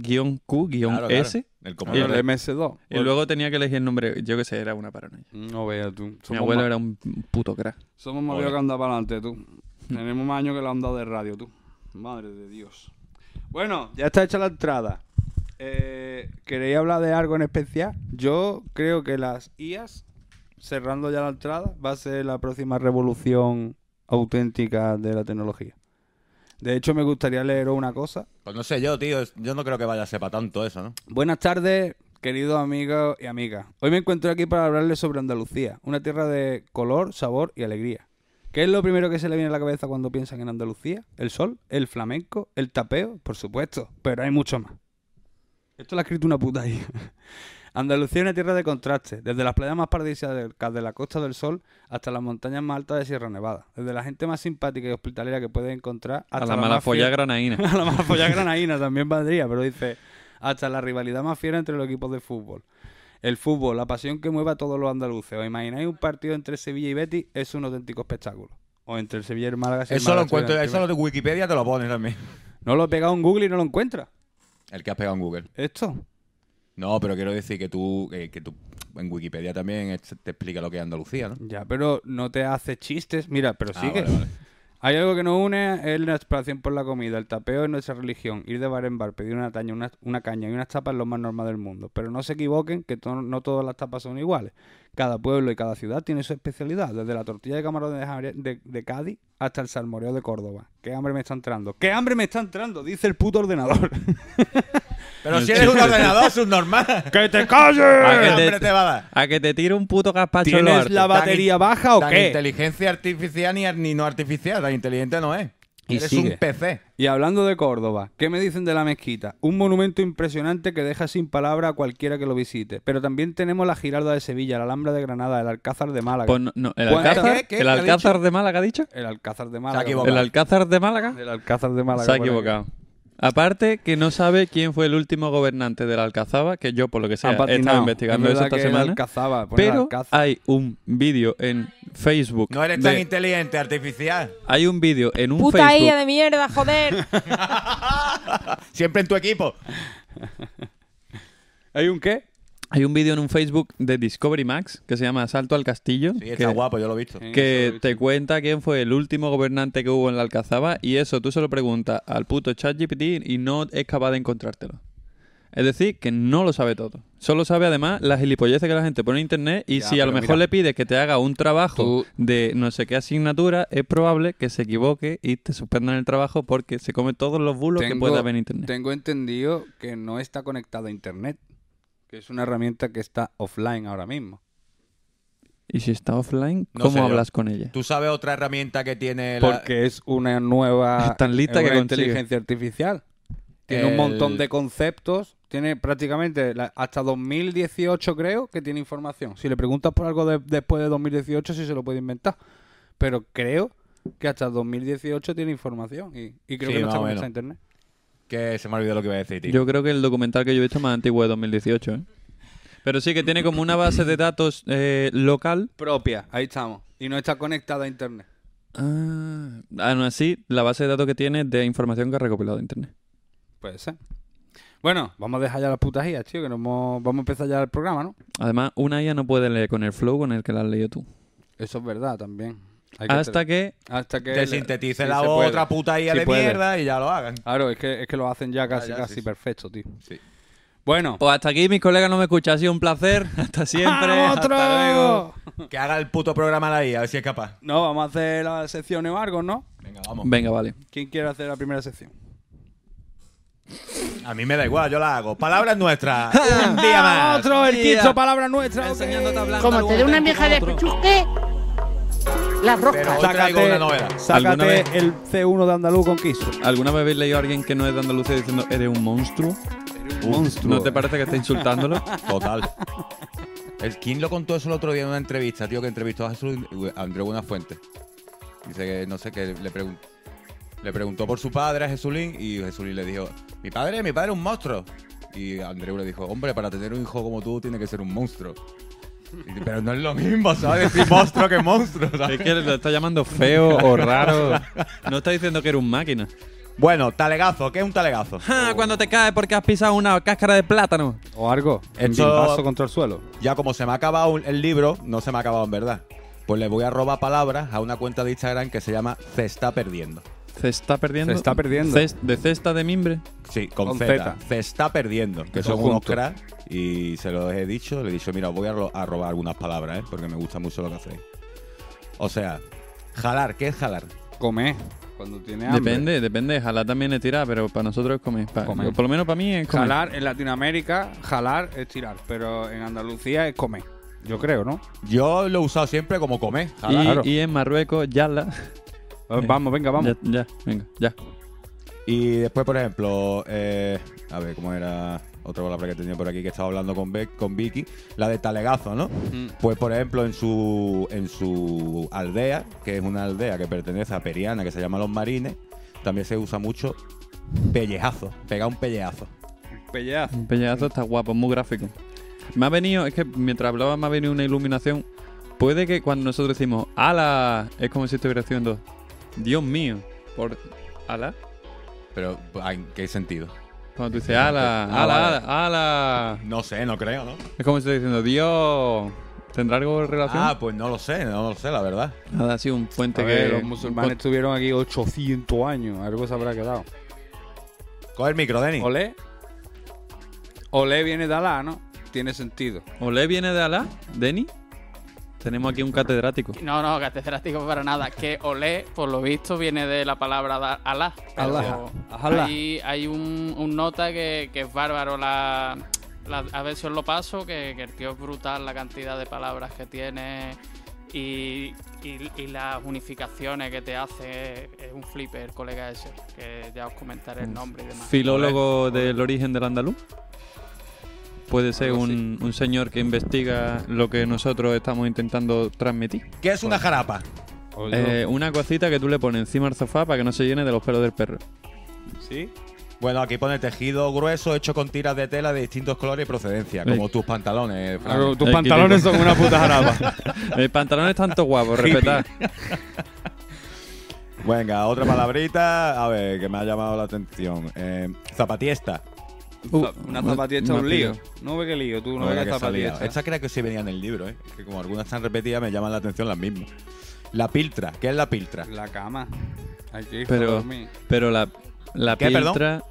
Speaker 1: Claro, Pues claro. El
Speaker 2: Como el
Speaker 1: comodoro.
Speaker 2: MS2.
Speaker 6: y luego tenía que elegir el nombre. Yo qué sé, era una paranoia.
Speaker 2: No veas tú.
Speaker 6: Mi
Speaker 2: Somos
Speaker 6: abuelo
Speaker 2: más-
Speaker 6: era un puto crack.
Speaker 2: Somos más
Speaker 1: Ole.
Speaker 2: viejos que andar para adelante, tú. Tenemos más años que la andado de radio, tú. Madre de Dios. Bueno, ya está hecha la entrada. Eh, ¿Queréis hablar de algo en especial? Yo creo que las IAS, cerrando ya la entrada, va a ser la próxima revolución auténtica de la tecnología. De hecho, me gustaría leer una cosa.
Speaker 1: Pues no sé yo, tío. es- Yo no creo que vaya a sepa tanto eso, ¿no?
Speaker 2: Buenas tardes, queridos amigos y amigas. Hoy me encuentro aquí para hablarles sobre Andalucía, una tierra de color, sabor y alegría. ¿Qué es lo primero que se le viene a la cabeza cuando piensan en Andalucía? El sol, el flamenco, el tapeo, por supuesto, pero hay mucho más. Esto lo ha escrito una puta ahí. Andalucía es una tierra de contrastes, desde las playas más paradisíacas de la Costa del Sol hasta las montañas más altas de Sierra Nevada, desde la gente más simpática y hospitalera que puedes encontrar hasta
Speaker 6: A la
Speaker 2: la
Speaker 6: mala
Speaker 2: más
Speaker 6: folla
Speaker 2: fiel-
Speaker 6: granaína.
Speaker 2: a la mala folla granaína también valdría, pero dice, hasta la rivalidad más fiera entre los equipos de fútbol. El fútbol, la pasión que mueve a todos los andaluces. ¿Os imagináis un partido entre Sevilla y Betis? Es un auténtico espectáculo. O entre el Sevilla y el Málaga. si el
Speaker 1: Eso lo
Speaker 2: Málaga
Speaker 1: encuentro,
Speaker 2: estuviera
Speaker 1: eso
Speaker 2: en
Speaker 1: lo de Wikipedia te lo pones también.
Speaker 2: primera. No lo he pegado en Google y no lo encuentra.
Speaker 1: El que has pegado en Google.
Speaker 2: Esto.
Speaker 1: No, pero quiero decir que tú, eh, que tú en Wikipedia también eh, te explica lo que es Andalucía, ¿no?
Speaker 2: Ya, pero no te hace chistes. Mira, pero
Speaker 1: Ah,
Speaker 2: sigue.
Speaker 1: vale, vale.
Speaker 2: Hay algo que nos une, es la exploración por la comida, el tapeo es nuestra religión, ir de bar en bar, pedir una, taña, una, una caña y unas tapas es lo más normal del mundo. Pero no se equivoquen que to- no todas las tapas son iguales. Cada pueblo y cada ciudad tiene su especialidad, desde la tortilla de camarón de, Jare- de- de Cádiz hasta el salmoreo de Córdoba. ¡Qué hambre me está entrando! ¡Qué hambre me está entrando! Dice el puto ordenador.
Speaker 1: Pero si eres un ordenador subnormal.
Speaker 2: ¡Que te calles!
Speaker 6: Ah, que
Speaker 1: hambre
Speaker 6: te-
Speaker 1: te va a dar?
Speaker 6: A que te tire un puto gazpacho en los
Speaker 2: ¿Tienes
Speaker 6: artes.
Speaker 2: la batería baja o
Speaker 1: tan
Speaker 2: qué?
Speaker 1: inteligencia artificial ni, ar- ni no artificial, tan inteligente no es.
Speaker 2: Y
Speaker 1: Eres
Speaker 2: sigue.
Speaker 1: un PC.
Speaker 2: Y hablando de Córdoba, ¿qué me dicen de la mezquita? Un monumento impresionante que deja sin palabra a cualquiera que lo visite. Pero también tenemos la Giralda de Sevilla, la Alhambra de Granada, el Alcázar de Málaga.
Speaker 6: Pues no- no, ¿El
Speaker 2: ¿Cuánta-
Speaker 6: Alcázar?
Speaker 1: ¿Qué? ¿Qué?
Speaker 6: ¿El
Speaker 1: ¿Qué ha
Speaker 6: Alcázar
Speaker 1: dicho?
Speaker 6: de Málaga ha dicho?
Speaker 2: El Alcázar de Málaga.
Speaker 1: Se ha equivocado.
Speaker 6: ¿El Alcázar de Málaga?
Speaker 2: El Alcázar de Málaga.
Speaker 6: Se ha
Speaker 2: por ahí.
Speaker 6: equivocado. Aparte que no sabe quién fue el último gobernante de la Alcazaba, que yo por lo que sea
Speaker 2: Han
Speaker 6: he
Speaker 2: patinado.
Speaker 6: estado investigando
Speaker 2: Es
Speaker 6: eso
Speaker 2: verdad
Speaker 6: esta
Speaker 2: que el
Speaker 6: semana.
Speaker 2: Alcazaba, pone el
Speaker 6: Pero
Speaker 2: Alcázar.
Speaker 6: hay un vídeo en Facebook.
Speaker 1: No eres tan
Speaker 6: de-
Speaker 1: inteligente artificial.
Speaker 6: hay un vídeo en un
Speaker 9: Puta
Speaker 6: Facebook.
Speaker 9: IA de mierda, joder.
Speaker 1: Siempre en tu equipo.
Speaker 2: ¿Hay un qué?
Speaker 6: Hay un vídeo en un Facebook de Discovery Max que se llama Asalto al Castillo.
Speaker 1: Sí,
Speaker 6: que
Speaker 1: está guapo, yo lo he visto.
Speaker 2: Sí. eso lo
Speaker 6: que
Speaker 2: he
Speaker 6: te cuenta quién fue el último gobernante que hubo en la Alcazaba y eso tú se lo preguntas al puto ChatGPT y no es capaz de encontrártelo. Es decir, que no lo sabe todo. Solo sabe además las gilipolleces que la gente pone en internet y
Speaker 2: Ya,
Speaker 6: si a lo
Speaker 2: pero
Speaker 6: mejor
Speaker 2: mira,
Speaker 6: le pides que te haga un trabajo
Speaker 2: tú-
Speaker 6: de no sé qué asignatura, es probable que se equivoque y te suspendan el trabajo porque se come todos los bulos que puede haber en internet.
Speaker 2: tengo entendido que no está conectada a internet, que es una herramienta que está offline ahora mismo.
Speaker 6: Y si está offline,
Speaker 1: No
Speaker 6: ¿cómo
Speaker 1: sé yo.
Speaker 6: hablas con ella?
Speaker 1: ¿Tú sabes otra herramienta que tiene la...
Speaker 2: Porque es una nueva
Speaker 6: Es tan lista
Speaker 2: una
Speaker 6: que consigue.
Speaker 2: inteligencia artificial. Tiene un
Speaker 1: El-
Speaker 2: montón de conceptos. Tiene prácticamente la- hasta 2018 creo que tiene información. Si le preguntas por algo de- después de 2018 sí se lo puede inventar. Pero creo que hasta 2018 tiene información y, y creo
Speaker 1: Sí,
Speaker 2: que no
Speaker 1: más
Speaker 2: está
Speaker 1: o
Speaker 2: conectada a
Speaker 1: menos.
Speaker 2: internet.
Speaker 1: Que se me olvidó lo que iba a decir, tío.
Speaker 6: Yo creo que el documental que yo he visto es más antiguo de 2018, ¿eh? Pero sí que tiene como una base de datos eh, local.
Speaker 2: Propia, ahí estamos. Y no está conectada a internet.
Speaker 6: Ah, aún así, la base de datos que tiene es de información que ha recopilado de internet.
Speaker 2: Puede ser. Bueno, vamos a dejar ya las putas guías, tío, que nos hemos- vamos a empezar ya el programa, ¿no?
Speaker 6: Además, una IA no puede leer con el flow con el que la has leído tú.
Speaker 2: Eso es verdad también. Hay
Speaker 1: Ah,
Speaker 2: que
Speaker 6: Hasta
Speaker 2: tener-
Speaker 6: que
Speaker 2: hasta que
Speaker 1: Que
Speaker 2: le-
Speaker 1: sintetice
Speaker 2: sí
Speaker 1: la
Speaker 2: se puede.
Speaker 1: otra puta IA
Speaker 2: Sí
Speaker 1: de
Speaker 2: puede.
Speaker 1: mierda y ya lo hagan.
Speaker 2: Claro, es que, es que lo hacen ya casi,
Speaker 1: ya,
Speaker 2: casi
Speaker 1: sí, sí.
Speaker 2: perfecto, tío.
Speaker 1: Sí.
Speaker 2: Bueno,
Speaker 6: Pues hasta aquí, mis colegas, no me escuchan. Ha sido un placer. Hasta siempre.
Speaker 2: ¡Vamos,
Speaker 6: Hasta
Speaker 2: otro!
Speaker 1: Que haga el puto programa la IA, a ver si es capaz.
Speaker 2: No, vamos a hacer las secciones o algo, ¿no?
Speaker 1: Venga, vamos.
Speaker 6: Venga, vale.
Speaker 2: ¿Quién quiere hacer la primera sección?
Speaker 1: A mí me da igual, yo la hago. Palabras nuestras. un día más.
Speaker 2: ¡Otro! ¡El
Speaker 6: Tía.
Speaker 2: quinto palabra nuestra! ok.
Speaker 5: Como te dé una vieja de pichusque, las
Speaker 1: Pero
Speaker 5: roscas.
Speaker 1: hoy traigo una novedad.
Speaker 6: ¿Alguna
Speaker 2: Sácate
Speaker 6: vez?
Speaker 2: el C1 de Andaluz con Kiso.
Speaker 6: ¿Alguna vez habéis leído a alguien que no es de Andalucía diciendo eres un monstruo?
Speaker 2: Monstruo.
Speaker 6: ¿No te parece que está insultándolo?
Speaker 1: Total. El King lo contó eso el otro día en una entrevista, tío, que entrevistó a Jesús eh, a Andrés Buenafuente. Dice que, no sé, que le, pregun- le preguntó por su padre a Jesulín y Jesulín le dijo, mi padre, mi padre es un monstruo. Y Andreu le dijo, hombre, para tener un hijo como tú tiene que ser un monstruo. Y- Pero no es lo mismo, ¿sabes? Decir monstruo que monstruo, ¿sabes?
Speaker 6: Es que lo está llamando feo o raro. No está diciendo que era un máquina.
Speaker 1: Bueno, talegazo, ¿qué es un talegazo?
Speaker 6: Ah, cuando te caes porque has pisado una cáscara de plátano.
Speaker 2: O algo. En
Speaker 1: Esto-
Speaker 2: paso contra el suelo.
Speaker 1: Ya como se me ha acabado un- el libro, no se me ha acabado en verdad. Pues le voy a robar palabras a una cuenta de Instagram que se llama Se está perdiendo.
Speaker 6: Se está perdiendo.
Speaker 2: Se está perdiendo.
Speaker 6: Cest- de cesta de mimbre.
Speaker 1: Sí, con,
Speaker 2: Con
Speaker 1: Z.
Speaker 2: Z.
Speaker 1: Se está perdiendo, que
Speaker 2: Todo
Speaker 1: son unos
Speaker 2: junto.
Speaker 1: cracks. Y se los he dicho, le he dicho, mira, os voy a, ro- a robar algunas palabras, ¿eh? porque me gusta mucho lo que hacéis. O sea, jalar, ¿qué es jalar?
Speaker 2: Come. Cuando tiene hambre.
Speaker 6: Depende, depende. Ojalá también le tira, pero para nosotros es comer. Pa-
Speaker 2: Comer.
Speaker 6: Por lo menos para mí es comer.
Speaker 2: Jalar en Latinoamérica, jalar es tirar. Pero en Andalucía es comer. Yo creo, ¿no?
Speaker 1: Yo lo he usado siempre como comer.
Speaker 6: Y,
Speaker 1: Jalar.
Speaker 2: Claro.
Speaker 6: y en Marruecos, yala.
Speaker 2: A ver, Vamos, venga, vamos.
Speaker 6: Ya, ya, venga, ya.
Speaker 1: Y después, por ejemplo, eh, a ver, ¿cómo era otra palabra que tenía por aquí que estaba hablando con, Beck, con Vicky? La de talegazo, ¿no? Pues, por ejemplo, en su, en su aldea, que es una aldea que pertenece a Periana, que se llama Los Marines, también se usa mucho pellejazo, pegar un pellejazo.
Speaker 2: Pellaz.
Speaker 6: Un peñazo está guapo, muy gráfico. Me ha venido, es que mientras hablaba me ha venido una iluminación. Puede que cuando nosotros decimos ala, es como si estuviera haciendo Dios mío, por ala.
Speaker 1: Pero, ¿en qué sentido?
Speaker 6: Cuando tú dices ala,
Speaker 1: Ah,
Speaker 6: ala,
Speaker 1: vale.
Speaker 6: ala, ala.
Speaker 1: No sé, no creo, ¿no?
Speaker 6: Es como si estuviera diciendo Dios. ¿Tendrá algo de relación?
Speaker 1: Ah, pues no lo sé, no lo sé, la verdad.
Speaker 6: Nada, sí, un puente
Speaker 2: A
Speaker 6: que.
Speaker 2: ver, eh, los
Speaker 6: un
Speaker 2: musulmanes
Speaker 6: puente-
Speaker 2: estuvieron aquí 800 años. Algo se habrá quedado.
Speaker 1: Coge el micro, Denis.
Speaker 2: Olé. Olé viene de Alá, ¿no? Tiene sentido.
Speaker 6: ¿Olé viene de ala? ¿Deni? Tenemos aquí un catedrático.
Speaker 10: No, no, catedrático para nada. Que olé, por lo visto, viene de la palabra da- Alá. pero
Speaker 2: Alá, Alá.
Speaker 10: Hay, hay un, un nota que, que es bárbaro. La, la- a ver si os lo paso, que, que el tío es brutal la cantidad de palabras que tiene y, y- y las unificaciones que te hace. Es un flipper, el colega ese, que ya os comentaré el nombre y demás.
Speaker 6: filólogo del origen del andaluz. Puede ser
Speaker 10: Algo
Speaker 6: un, un señor que investiga lo que nosotros estamos intentando transmitir.
Speaker 1: ¿Qué es una jarapa?
Speaker 2: Olé.
Speaker 6: Eh, una cosita que tú le pones encima al sofá para que no se llene de los pelos del perro.
Speaker 2: ¿Sí?
Speaker 1: Bueno, aquí pone tejido grueso hecho con tiras de tela de distintos colores y procedencia, como tus pantalones. Fran.
Speaker 2: Claro, tus
Speaker 6: El
Speaker 2: pantalones
Speaker 6: típico.
Speaker 2: son una puta jaraba.
Speaker 6: El pantalón es Eh, tanto guapo, respetad.
Speaker 1: Venga, otra palabrita, a ver, que me ha llamado la atención. Eh, zapatiesta.
Speaker 6: Uh,
Speaker 2: una zapatilla
Speaker 6: me-
Speaker 2: un
Speaker 6: me
Speaker 2: lío.
Speaker 6: pillo.
Speaker 2: No ve qué lío, tú no,
Speaker 1: Ahora
Speaker 2: ves
Speaker 1: que
Speaker 2: que
Speaker 1: salía.
Speaker 2: zapatilla.
Speaker 1: Esta creo que sí venía en el libro, ¿eh? Que como algunas están repetidas, me llaman la atención las mismas. La piltra, ¿qué es la piltra?
Speaker 2: La cama. Aquí,
Speaker 6: Pero, pero la, la
Speaker 1: ¿Qué, perdón?
Speaker 6: piltra.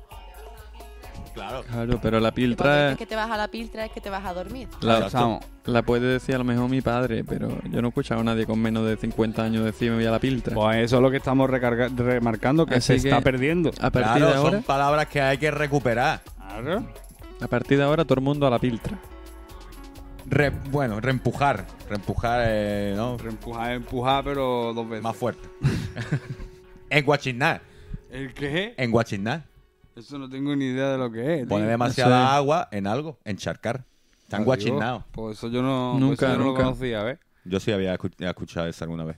Speaker 1: Claro.
Speaker 6: Claro, pero la
Speaker 8: Que cuando
Speaker 6: piltra.
Speaker 8: dices que te vas a la piltra es que te vas a dormir.
Speaker 6: La,
Speaker 2: Chao.
Speaker 6: la puede decir a lo mejor mi padre, pero yo no he escuchado a nadie con menos de 50 años decir me voy a la piltra.
Speaker 2: Pues eso es lo que estamos recarga- remarcando, que Ah,
Speaker 6: Así
Speaker 2: se está
Speaker 6: que-
Speaker 2: perdiendo.
Speaker 6: A partir,
Speaker 1: Claro,
Speaker 6: de ahora,
Speaker 1: son palabras que hay que recuperar.
Speaker 2: Claro.
Speaker 6: a partir de ahora, todo el mundo a la piltra.
Speaker 1: Re- bueno, reempujar. Reempujar, eh, ¿no?
Speaker 2: Empujar, empujar, pero dos veces.
Speaker 1: Más fuerte. en guachinar.
Speaker 2: ¿El qué?
Speaker 1: En guachinar.
Speaker 2: Eso no tengo ni idea de lo que es.
Speaker 1: Pone
Speaker 2: tío.
Speaker 1: demasiada
Speaker 6: Eso es.
Speaker 1: agua en algo, encharcar. Están
Speaker 2: Adiós.
Speaker 1: guachinados.
Speaker 2: Pues eso yo no,
Speaker 6: Nunca,
Speaker 2: pues eso yo no
Speaker 6: nunca.
Speaker 2: lo conocía, ¿ves?
Speaker 1: Yo sí había escu- escuchado eso alguna vez.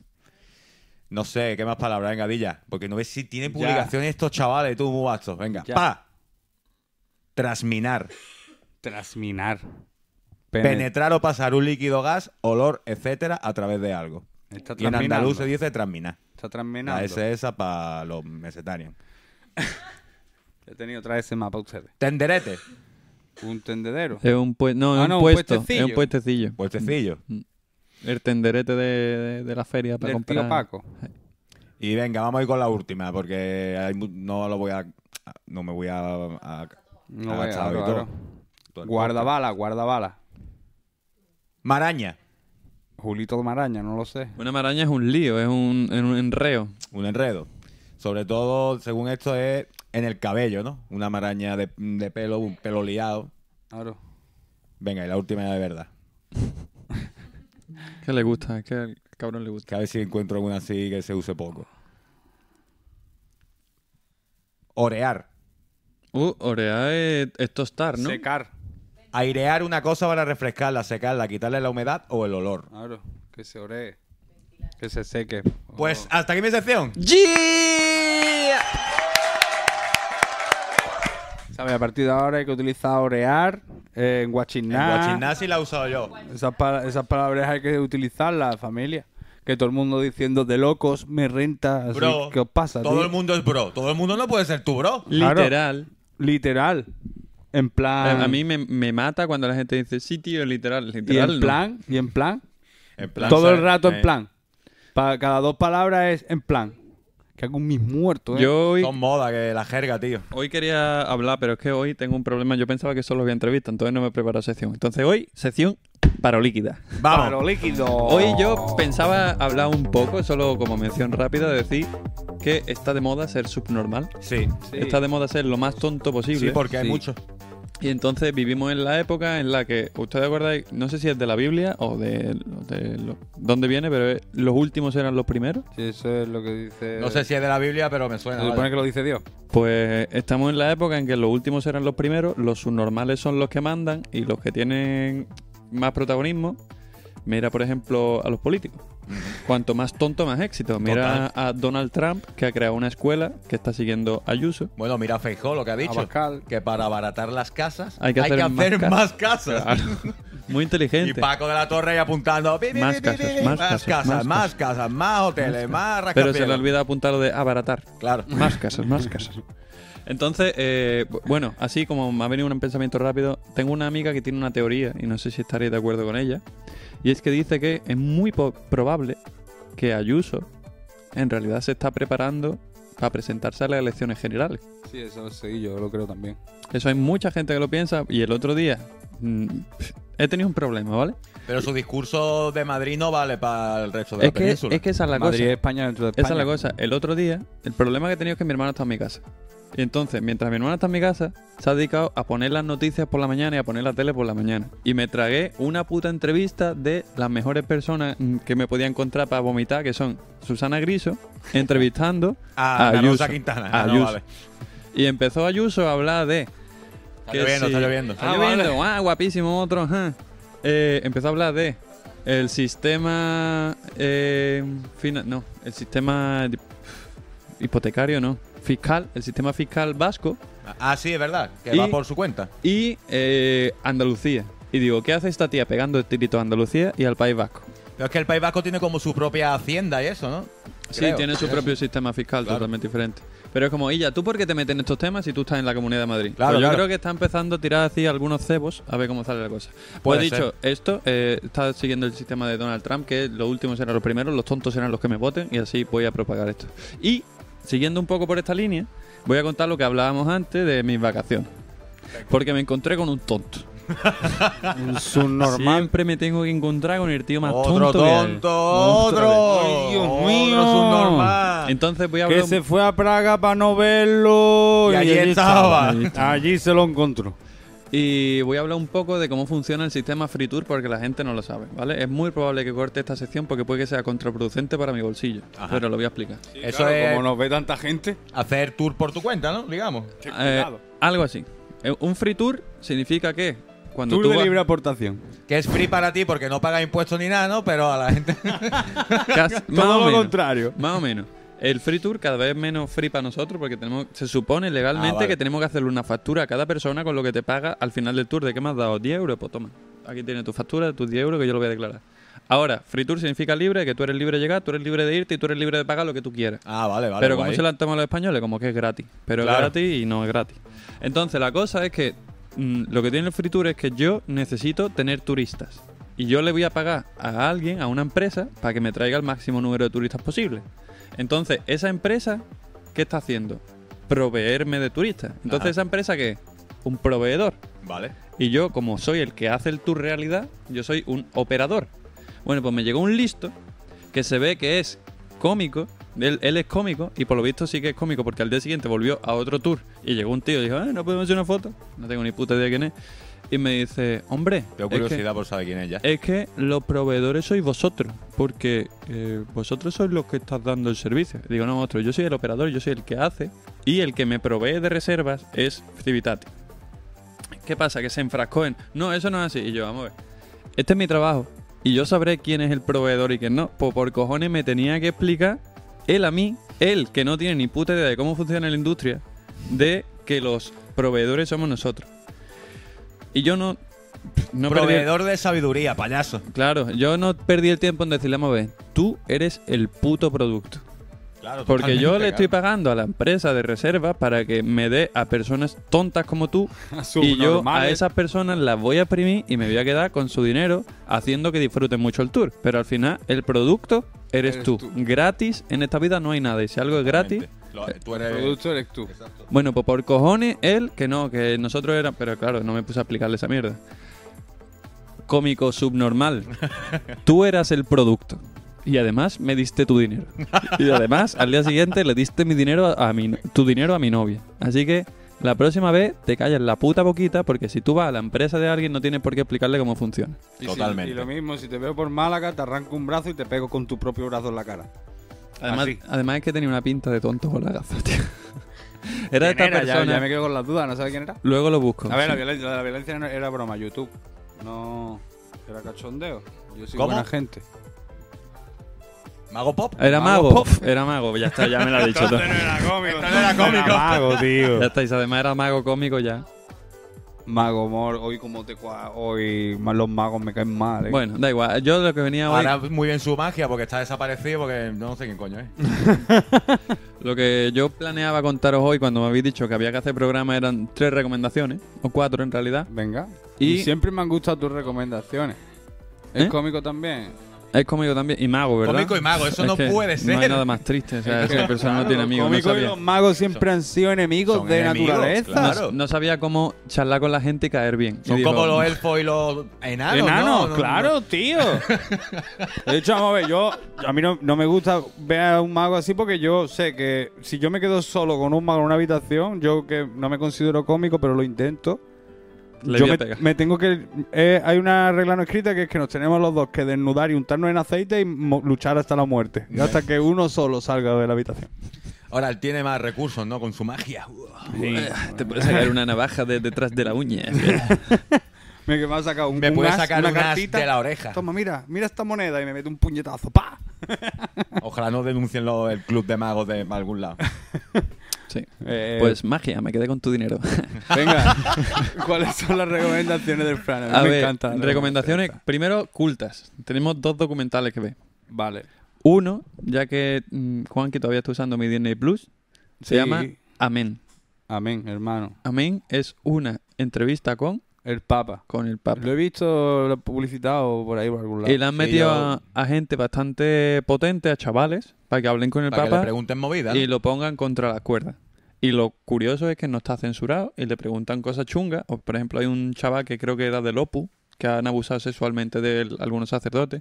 Speaker 1: No sé, ¿qué más palabras? Venga, Dilla. Porque no ves si tienen
Speaker 2: Ya.
Speaker 1: publicaciones estos chavales, tú, Mubasto. Venga,
Speaker 2: Ya.
Speaker 1: pa. Trasminar.
Speaker 2: Trasminar.
Speaker 1: Penetrar o pasar un líquido, gas, olor, etcétera, a través de algo.
Speaker 2: Está
Speaker 1: Y en Ah, andaluz se
Speaker 2: trasminando.
Speaker 1: dice trasminar.
Speaker 2: Está
Speaker 1: La
Speaker 2: trasminando.
Speaker 1: S esa para los mesetarios.
Speaker 2: He tenido otra vez ese mapa a ustedes.
Speaker 1: Tenderete.
Speaker 2: Un tendedero.
Speaker 6: Es un, pue- no, es
Speaker 2: Ah,
Speaker 6: un
Speaker 2: no, un
Speaker 6: puesto.
Speaker 2: puestecillo. Pues-
Speaker 6: es un puestecillo.
Speaker 1: Puestecillo.
Speaker 6: El tenderete de, de- de la feria para
Speaker 2: Del
Speaker 6: comprar.
Speaker 2: tío Paco.
Speaker 1: Y venga, vamos a ir con la última, porque hay mu- no lo voy a. No me voy a. a-
Speaker 2: No
Speaker 1: a
Speaker 2: veo,
Speaker 1: agachar y todo.
Speaker 2: claro,
Speaker 1: Todo
Speaker 2: claro.
Speaker 1: el podcast.
Speaker 2: Guardabala, guardabala.
Speaker 1: Maraña.
Speaker 2: Julito Maraña, no lo sé.
Speaker 6: Una maraña es un lío, es un, es un enreo.
Speaker 1: Un enredo. Sobre todo, según esto, es en el cabello, ¿no? Una maraña de, de pelo, un pelo liado.
Speaker 2: Claro.
Speaker 1: Venga, y la última de verdad.
Speaker 6: Que le gusta, que al cabrón le gusta.
Speaker 1: Que a ver si encuentro alguna así que se use poco. Orear.
Speaker 6: Uh, orear es, es tostar, Pues ¿no?
Speaker 2: Secar.
Speaker 1: Airear una cosa para refrescarla, secarla, quitarle la humedad o el olor.
Speaker 2: Claro. Que se oree. Que se seque. Oh.
Speaker 1: Pues hasta aquí mi sección.
Speaker 2: ¿Sabes? A partir de ahora hay que utilizar orear, eh, guachiná.
Speaker 1: Guachiná sí la he usado yo.
Speaker 2: Esas, pa- esas palabras hay que utilizarlas, familia. Que todo el mundo diciendo de locos, me renta, así,
Speaker 1: Bro.
Speaker 2: ¿qué os pasa?
Speaker 1: Todo
Speaker 2: tío?
Speaker 1: el mundo es bro. Todo el mundo no puede ser tu bro.
Speaker 2: Claro.
Speaker 6: Literal.
Speaker 2: Literal. En plan...
Speaker 6: A, a mí me, me mata cuando la gente dice, sí, tío, literal.
Speaker 2: Y
Speaker 6: Literal,
Speaker 2: en
Speaker 6: no.
Speaker 2: plan, y en plan,
Speaker 1: En plan,
Speaker 2: todo el
Speaker 1: ¿sabes?
Speaker 2: rato en
Speaker 1: Eh,
Speaker 2: plan. Para cada dos palabras es en plan. Que hago un mis muerto, ¿eh?
Speaker 6: Yo hoy,
Speaker 1: Son moda, que la jerga, tío.
Speaker 6: hoy quería hablar, pero es que hoy tengo un problema. Yo pensaba que solo había entrevista, entonces no me he preparado sección. Entonces hoy, sección parolíquida.
Speaker 1: Vamos.
Speaker 2: Palo líquido.
Speaker 6: Hoy yo pensaba hablar un poco, solo como mención rápida, de decir que está de moda ser subnormal.
Speaker 1: Sí.
Speaker 2: Sí.
Speaker 6: Está de moda ser lo más tonto posible.
Speaker 1: Sí, porque hay
Speaker 2: Sí.
Speaker 1: muchos.
Speaker 6: Y entonces vivimos en la época en la que, ¿ustedes acordáis? No sé si es de la Biblia o de, de lo- dónde viene, pero es- los últimos eran los primeros.
Speaker 2: Sí, eso es lo que dice...
Speaker 6: Eh,
Speaker 1: No sé si es de la Biblia, pero me
Speaker 2: Se
Speaker 1: suena.
Speaker 2: supone
Speaker 1: vale.
Speaker 2: que lo dice Dios.
Speaker 6: Pues estamos en la época en que los últimos eran los primeros, los subnormales son los que mandan y los que tienen más protagonismo. Mira, por ejemplo, a los políticos. Cuanto más tonto, más éxito. Mira a Donald Trump, que ha creado una escuela que está siguiendo a Ayuso.
Speaker 1: Bueno, mira Feijó lo que ha dicho.
Speaker 2: Abascal.
Speaker 1: Que para abaratar las casas
Speaker 6: Hay que hacer más casas.
Speaker 1: más casas.
Speaker 6: Muy
Speaker 1: Y
Speaker 6: inteligente.
Speaker 1: Paco de la Torre ahí apuntando. "Bi, bi, bi,
Speaker 6: Más
Speaker 1: bi, bi, bi".
Speaker 6: casas,
Speaker 1: más
Speaker 6: más casas,
Speaker 1: casas,
Speaker 6: más
Speaker 1: más casas, más hoteles, más
Speaker 6: Pero se
Speaker 1: rascacielos.
Speaker 6: le olvida apuntar lo de abaratar.
Speaker 1: Claro.
Speaker 6: Más casas, más casas. Entonces, eh, bu- bueno, así como me ha venido un pensamiento rápido, tengo una amiga que tiene una teoría, y no sé si estaréis de acuerdo con ella, y es que dice que es muy po- probable que Ayuso en realidad se está preparando para presentarse a las elecciones generales.
Speaker 2: Sí, eso sí, yo lo creo también.
Speaker 6: Eso hay mucha gente que lo piensa, y el otro día mm, he tenido un problema, ¿vale?
Speaker 1: Pero su discurso de Madrid no vale para el resto de
Speaker 6: Es
Speaker 1: la
Speaker 6: que,
Speaker 1: península.
Speaker 6: es que esa es la
Speaker 2: Madrid
Speaker 6: cosa.
Speaker 2: es España dentro de España.
Speaker 6: Esa es la cosa. El otro día, el problema que he tenido es que mi hermana está en mi casa. Y entonces, mientras mi hermana está en mi casa, se ha dedicado a poner las noticias por la mañana y a poner la tele por la mañana. Y me tragué una puta entrevista de las mejores personas mm, que me podía encontrar para vomitar, que son Susana Griso, entrevistando
Speaker 1: A
Speaker 6: a
Speaker 1: Ana Rosa
Speaker 6: Ayuso.
Speaker 1: Quintana.
Speaker 6: A
Speaker 1: Ah, no,
Speaker 6: Ayuso.
Speaker 1: vale.
Speaker 6: Y empezó Ayuso a hablar de.
Speaker 1: Está lloviendo,
Speaker 6: sí.
Speaker 1: está lloviendo.
Speaker 6: Está
Speaker 2: Ah,
Speaker 6: lloviendo. Ah, guapísimo otro. ajá. Eh, empezó a hablar de el sistema. eh, fina- no, el sistema di- hipotecario, no. Fiscal, el sistema fiscal vasco
Speaker 1: Ah, sí, es verdad. Que
Speaker 6: Y-
Speaker 1: va por su cuenta.
Speaker 6: y eh, Andalucía. Y digo, ¿qué hace esta tía pegando el tirito a Andalucía y al País Vasco?
Speaker 1: Pero es que el País Vasco tiene como su propia hacienda y eso, ¿no?
Speaker 6: Sí,
Speaker 1: Creo.
Speaker 6: tiene su propio sistema fiscal
Speaker 1: Claro.
Speaker 6: totalmente diferente. Pero es como, Illa, ¿tú por qué te metes en estos temas si tú estás en la Comunidad de Madrid?
Speaker 1: Claro,
Speaker 6: Pues yo
Speaker 1: claro.
Speaker 6: creo que está empezando a tirar así algunos cebos a ver cómo sale la cosa. Pues
Speaker 1: Puede
Speaker 6: dicho, esto eh, está siguiendo el sistema de Donald Trump, que los últimos serán los primeros, los tontos serán los que me voten, y así voy a propagar esto. Y, siguiendo un poco por esta línea, voy a contar lo que hablábamos antes de mis vacaciones. Porque me encontré con un tonto.
Speaker 2: Un subnormal.
Speaker 6: Siempre me tengo que encontrar con el tío más
Speaker 1: Otro
Speaker 6: tonto. que hay.
Speaker 1: tonto, otro.
Speaker 2: Ay, Dios
Speaker 1: Otro
Speaker 2: mío.
Speaker 1: subnormal.
Speaker 6: Entonces voy a hablar
Speaker 2: Que
Speaker 6: un-
Speaker 2: se fue a Praga para no verlo.
Speaker 1: Y allí estaba.
Speaker 2: Allí, allí se lo encontró.
Speaker 6: Y voy a hablar un poco de cómo funciona el sistema Free Tour porque la gente no lo sabe, ¿vale? Es muy probable que corte esta sección porque puede que sea contraproducente para mi bolsillo,
Speaker 1: Ajá.
Speaker 6: pero lo voy a explicar.
Speaker 1: Eso
Speaker 2: Claro,
Speaker 1: es
Speaker 2: Como nos ve tanta gente.
Speaker 1: hacer tour por tu cuenta, ¿no? Digamos.
Speaker 6: Eh, algo así. Eh, Un Free Tour significa que cuando
Speaker 2: Tour
Speaker 6: tú
Speaker 2: de
Speaker 6: vas-
Speaker 2: libre aportación.
Speaker 1: Que es free para ti porque no pagas impuestos ni nada, ¿no? Pero a la gente.
Speaker 6: casi- más
Speaker 2: Todo
Speaker 6: o
Speaker 2: lo
Speaker 6: menos,
Speaker 2: contrario.
Speaker 6: Más o menos. El Free Tour cada vez menos free para nosotros porque tenemos se supone legalmente
Speaker 1: Ah, vale.
Speaker 6: que tenemos que hacerle una factura a cada persona con lo que te paga al final del tour. ¿De qué me has dado? 10 euros, pues toma. Aquí tienes tu factura, tus 10 euros que yo lo voy a declarar. Ahora, Free Tour significa libre, que tú eres libre de llegar, tú eres libre de irte y tú eres libre de pagar lo que tú quieras.
Speaker 1: Ah, vale, vale.
Speaker 6: Pero como
Speaker 1: guay.
Speaker 6: se la han tomado los españoles, como que es gratis. Pero
Speaker 1: Claro.
Speaker 6: es gratis y no es gratis. Entonces, la cosa es que mm, lo que tiene el Free Tour es que yo necesito tener turistas. Y yo le voy a pagar a alguien, a una empresa, para que me traiga el máximo número de turistas posible. Entonces, esa empresa, ¿qué está haciendo? Proveerme de turistas. Entonces,
Speaker 1: Ajá.
Speaker 6: ¿esa empresa qué? es? Un proveedor.
Speaker 1: Vale.
Speaker 6: Y yo, como soy el que hace el tour realidad, yo soy un operador. Bueno, pues me llegó un listo que se ve que es cómico. Él, él es cómico y por lo visto sí que es cómico porque al día siguiente volvió a otro tour y llegó un tío y dijo, "Ah, no podemos hacer una foto. No tengo ni puta idea quién es. Y me dice, hombre,
Speaker 1: Tengo
Speaker 6: es que- eh,
Speaker 1: curiosidad por saber quién es ya.
Speaker 6: es que los proveedores sois vosotros, porque eh, vosotros sois los que estás dando el servicio. Y Digo, no, otro, yo soy el operador, yo soy el que hace, y el que me provee de reservas es Civitati. ¿Qué pasa? Que se enfrascó en, no, eso no es así. Y yo, vamos a ver, este es mi trabajo, y yo sabré quién es el proveedor y quién no. Pues por cojones me tenía que explicar, él a mí, él que no tiene ni puta idea de cómo funciona la industria, de que los proveedores somos nosotros. Y yo no... no perdí-
Speaker 1: Proveedor de sabiduría, payaso.
Speaker 6: claro, yo no perdí el tiempo en decirle, vamos a ver, tú eres el puto producto.
Speaker 1: Claro,
Speaker 6: Porque yo le
Speaker 1: totalmente,
Speaker 6: estoy
Speaker 1: claro.
Speaker 6: pagando a la empresa de reserva para que me dé a personas tontas como tú y yo a
Speaker 2: Subnormales.
Speaker 6: esas personas las voy a exprimir y me voy a quedar con su dinero haciendo que disfruten mucho el tour. Pero al final el producto eres,
Speaker 2: Eres
Speaker 6: tú.
Speaker 2: tú.
Speaker 6: Gratis en esta vida no hay nada y si algo es gratis...
Speaker 1: Lo- tú
Speaker 2: El
Speaker 1: eres-
Speaker 2: producto eres tú.
Speaker 6: Bueno, pues por cojones él, que no, que nosotros era... Pero claro, no me puse a explicarle esa mierda. Cómico subnormal. Tú eras el producto. Y además me diste tu dinero. Y además al día siguiente le diste mi dinero a, a mi, tu dinero a mi novia. Así que la próxima vez te callas la puta boquita porque si tú vas a la empresa de alguien no tienes por qué explicarle cómo funciona.
Speaker 2: Y si-
Speaker 1: Totalmente.
Speaker 2: y lo mismo, si te veo por Málaga, te arranco un brazo y te pego con tu propio brazo en la cara.
Speaker 6: Además,
Speaker 2: Así.
Speaker 6: además es que tenía una pinta de tonto con la gafa, tío. Era
Speaker 2: ¿Quién
Speaker 6: esta
Speaker 2: era? Ya-
Speaker 6: persona.
Speaker 2: Ya, me quedo con las dudas, no sabes quién era.
Speaker 6: Luego lo busco.
Speaker 2: A ver, la
Speaker 6: sí.
Speaker 2: violencia, lo de la violencia no era broma, YouTube. No. Era cachondeo. Yo soy
Speaker 1: ¿Cómo?
Speaker 2: buena gente.
Speaker 1: Mago Pop.
Speaker 6: Era
Speaker 2: Mago
Speaker 6: mago,
Speaker 2: Pop.
Speaker 6: era mago, ya está, ya me lo ha dicho todo.
Speaker 2: era cómico.
Speaker 1: no era cómico.
Speaker 2: mago, tío.
Speaker 6: Ya está, y si además era mago cómico ya.
Speaker 2: Mago Mor, hoy como te cua- hoy más los magos me caen mal. ¿eh?
Speaker 6: Bueno, da igual, yo lo que venía hoy,
Speaker 1: Ahora muy bien su magia porque está desaparecido porque no sé quién coño es.
Speaker 6: lo que yo planeaba contaros hoy cuando me habéis dicho que había que hacer programa eran tres recomendaciones, o cuatro en realidad.
Speaker 2: Venga. Y...
Speaker 6: Y-
Speaker 2: siempre me han gustado tus recomendaciones. ¿Es
Speaker 6: ¿Eh?
Speaker 2: cómico también?
Speaker 6: Es cómico también, y mago, ¿verdad?
Speaker 1: Cómico y mago, eso no
Speaker 6: que
Speaker 1: puede ser.
Speaker 6: No hay nada más triste, o sea, esa persona no
Speaker 2: Claro,
Speaker 6: tiene
Speaker 2: los
Speaker 6: amigos, no
Speaker 2: cómicos y
Speaker 6: sabía.
Speaker 2: los magos siempre han sido enemigos
Speaker 1: son
Speaker 2: de
Speaker 1: enemigos,
Speaker 2: naturaleza.
Speaker 1: claro.
Speaker 6: No- No sabía cómo charlar con la gente y caer bien. Y
Speaker 1: Son
Speaker 6: digo, "Mm,
Speaker 1: como los elfos y los enanos. ¿no?
Speaker 2: Enano,
Speaker 1: No, no,
Speaker 2: claro, tío. De hecho, vamos a ver, yo, a mí no, no me gusta ver a un mago así porque yo sé que si yo me quedo solo con un mago en una habitación, yo que no me considero cómico, pero lo intento.
Speaker 6: Le
Speaker 2: yo
Speaker 6: voy a
Speaker 2: me,
Speaker 6: pegar.
Speaker 2: me tengo que. eh, hay una regla no escrita que es que nos tenemos los dos que desnudar y untarnos en aceite y mo- luchar hasta la muerte. Y Hasta que uno solo salga de la habitación.
Speaker 1: Ahora él tiene más recursos, ¿no? Con su magia.
Speaker 6: Ah, Te puede sacar una navaja de detrás de la uña.
Speaker 2: Me, que me ha sacado un,
Speaker 1: Me
Speaker 2: un
Speaker 1: puede
Speaker 2: as,
Speaker 1: sacar
Speaker 2: una
Speaker 1: un as
Speaker 2: cartita.
Speaker 1: de la oreja.
Speaker 2: Toma, mira, mira esta moneda y me mete un puñetazo. ¡Pa!
Speaker 1: Ojalá no denuncien lo- el club de magos de algún lado.
Speaker 6: Sí.
Speaker 2: Eh,
Speaker 6: Pues magia, me quedé con tu dinero.
Speaker 2: Venga, ¿cuáles son las recomendaciones del plan?
Speaker 6: A
Speaker 2: me
Speaker 6: ver,
Speaker 2: encantan las
Speaker 6: recomendaciones primero cultas. Tenemos dos documentales que ver.
Speaker 2: Vale.
Speaker 6: Uno, ya que mm, Juanqui todavía está usando mi Disney Plus,
Speaker 2: Sí.
Speaker 6: se llama Amén.
Speaker 2: Amén, hermano.
Speaker 6: Amén es una entrevista con,
Speaker 2: El Papa.
Speaker 6: con el Papa.
Speaker 2: Lo he visto lo he publicitado por ahí por algún lado.
Speaker 6: Y le han
Speaker 1: Sí,
Speaker 6: metido
Speaker 1: yo-
Speaker 6: a, a gente bastante potente, a chavales, para que hablen con el
Speaker 1: Para que le
Speaker 6: Papa
Speaker 1: pregunten movidas.
Speaker 6: y lo pongan contra las cuerdas. Y lo curioso es que no está censurado y le preguntan cosas chungas. O, por ejemplo, hay un chaval que creo que era del Opus, que han abusado sexualmente de él algunos sacerdotes.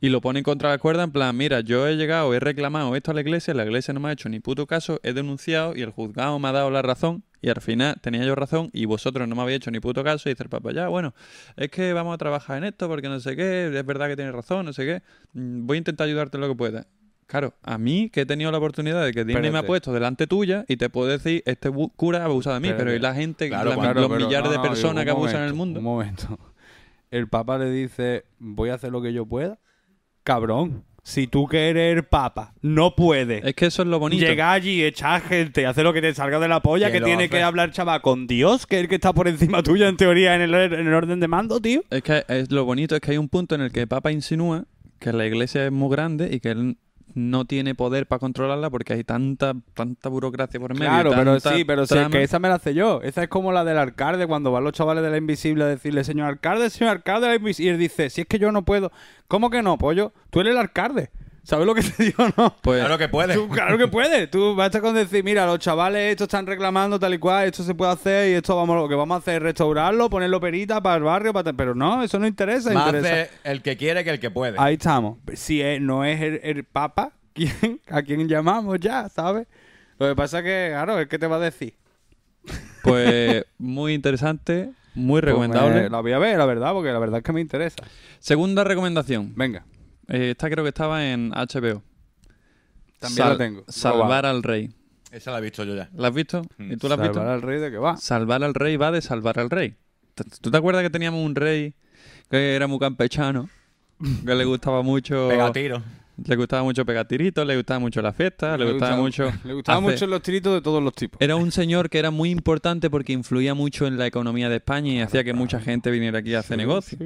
Speaker 6: Y lo ponen contra la cuerda en plan, mira, yo he llegado, he reclamado esto a la iglesia, la iglesia no me ha hecho ni puto caso, he denunciado y el juzgado me ha dado la razón y al final tenía yo razón y vosotros no me habéis hecho ni puto caso y dice el papá, ya, bueno, es que vamos a trabajar en esto porque no sé qué, es verdad que tienes razón, no sé qué, mm, voy a intentar ayudarte en lo que pueda. Claro, a mí que he tenido la oportunidad de que Disney me ha
Speaker 2: Espérate.
Speaker 6: puesto delante tuya y te puedo decir, este bu- cura ha abusado de mí, pero
Speaker 2: Espérate.
Speaker 6: y la gente,
Speaker 1: Claro,
Speaker 6: la-
Speaker 1: claro,
Speaker 6: los
Speaker 2: pero
Speaker 6: millares
Speaker 2: no,
Speaker 6: de
Speaker 2: no,
Speaker 6: personas
Speaker 2: un
Speaker 6: que abusan en el
Speaker 2: momento,
Speaker 6: mundo.
Speaker 2: Un momento. El Papa le dice, voy a hacer lo que yo pueda. Cabrón, si tú que eres el Papa, no puedes.
Speaker 6: Es que eso es lo bonito.
Speaker 2: Llega allí, echar gente, hacer lo que te salga de la polla,
Speaker 1: ¿Quién
Speaker 2: que
Speaker 1: lo
Speaker 2: tiene
Speaker 1: hace?
Speaker 2: que hablar, chaval, con Dios, que es el que está por encima tuya, en teoría, en el, en el orden de mando, tío.
Speaker 6: Es que es lo bonito es que hay un punto en el que Papa insinúa que la iglesia es muy grande y que él no tiene poder para controlarla porque hay tanta tanta burocracia por medio.
Speaker 2: Claro, pero
Speaker 6: tanta
Speaker 2: sí, pero sí,
Speaker 6: trama.
Speaker 2: que esa me la hace yo. Esa es como la del alcalde, cuando van los chavales de la invisible a decirle, señor alcalde, señor alcalde, la Invis-". y él dice, si es que yo no puedo. ¿Cómo que no, pollo? Tú eres el alcalde. ¿Sabes lo que te digo no?
Speaker 6: Pues,
Speaker 1: Claro que puede.
Speaker 2: Tú, claro que puedes. Tú basta con decir, mira, los chavales estos están reclamando tal y cual, esto se puede hacer y esto vamos lo que vamos a hacer es restaurarlo, ponerlo perita para el barrio, para tal". pero no, eso no interesa,
Speaker 1: Más
Speaker 2: interesa.
Speaker 1: hace el que quiere que el que puede.
Speaker 2: Ahí estamos. Si es- no es el, el papa, ¿quién, ¿a quién llamamos ya, sabes? Lo que pasa es que, claro, es que te va a decir.
Speaker 6: pues muy interesante, muy
Speaker 2: Pues,
Speaker 6: recomendable.
Speaker 2: eh, la voy a ver, la verdad, porque la verdad es que me interesa.
Speaker 6: Segunda recomendación.
Speaker 2: Venga,
Speaker 6: Eh, esta creo que estaba en HBO.
Speaker 2: También la tengo.
Speaker 6: Salvar al rey.
Speaker 1: Esa la he visto yo ya.
Speaker 6: ¿La has visto? ¿Y tú la has
Speaker 2: salvar
Speaker 6: visto?
Speaker 2: al rey de que va.
Speaker 6: Salvar al rey va de salvar al rey. ¿T- ¿Tú te acuerdas que teníamos un rey que era muy campechano? Que le gustaba mucho.
Speaker 1: Pega tiro.
Speaker 6: Le gustaba mucho pegar tiritos, le gustaba mucho la fiesta, Ah, le, gustaba, mucho.
Speaker 2: Le gustaba
Speaker 6: hacer-
Speaker 2: mucho los tiritos de todos los tipos.
Speaker 6: Era un señor que era muy importante porque influía mucho en la economía de España y hacía que mucha gente viniera aquí a hacer negocios.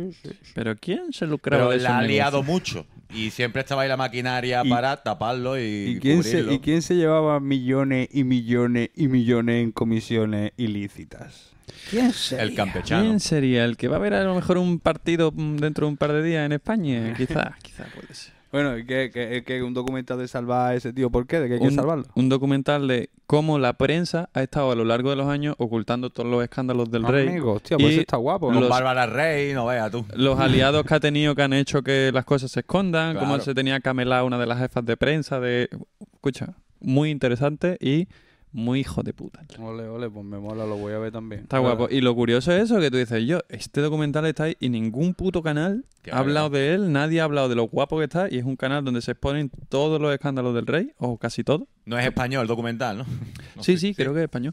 Speaker 6: Pero ¿quién se lucraba
Speaker 1: Pero
Speaker 6: de esos
Speaker 1: la ha liado mucho.
Speaker 6: negocios?
Speaker 1: Y siempre estaba ahí la maquinaria
Speaker 2: ¿Y-
Speaker 1: para taparlo y,
Speaker 2: ¿Y quién, se,
Speaker 1: cubrirlo.
Speaker 2: ¿Y quién se llevaba millones y millones y millones en comisiones ilícitas? ¿Quién se
Speaker 1: El campechano.
Speaker 6: ¿Quién sería el que va a haber a lo mejor un partido mm, dentro de un par de días en España? Quizás, quizás puede ser.
Speaker 2: Bueno, ¿y qué, qué- qué- un documental de salvar a ese tío? ¿Por qué? ¿De qué hay que
Speaker 6: un,
Speaker 2: salvarlo?
Speaker 6: un documental de cómo la prensa ha estado a lo largo de los años ocultando todos los escándalos del rey.
Speaker 2: Amigo, hostia, pues
Speaker 6: y
Speaker 2: eso está guapo.
Speaker 1: Con
Speaker 6: los-
Speaker 1: Bárbara Rey, no vea tú.
Speaker 6: Los aliados que ha tenido que han hecho que las cosas se escondan, cómo
Speaker 1: Claro.
Speaker 6: se tenía camelada una de las jefas de prensa de... Escucha, muy interesante y muy hijo de puta.
Speaker 2: Ole, ole, pues me mola, lo voy a ver también.
Speaker 6: Está guapo. Y lo curioso es eso, que tú dices, yo, este documental está ahí y ningún puto canal
Speaker 1: Qué
Speaker 6: ha hablado de él, nadie ha hablado de lo guapo que está y es un canal donde se exponen todos los escándalos del rey, o casi todos.
Speaker 1: No es español el documental, ¿no? No
Speaker 6: sí,
Speaker 1: sé.
Speaker 6: sí, creo que es español.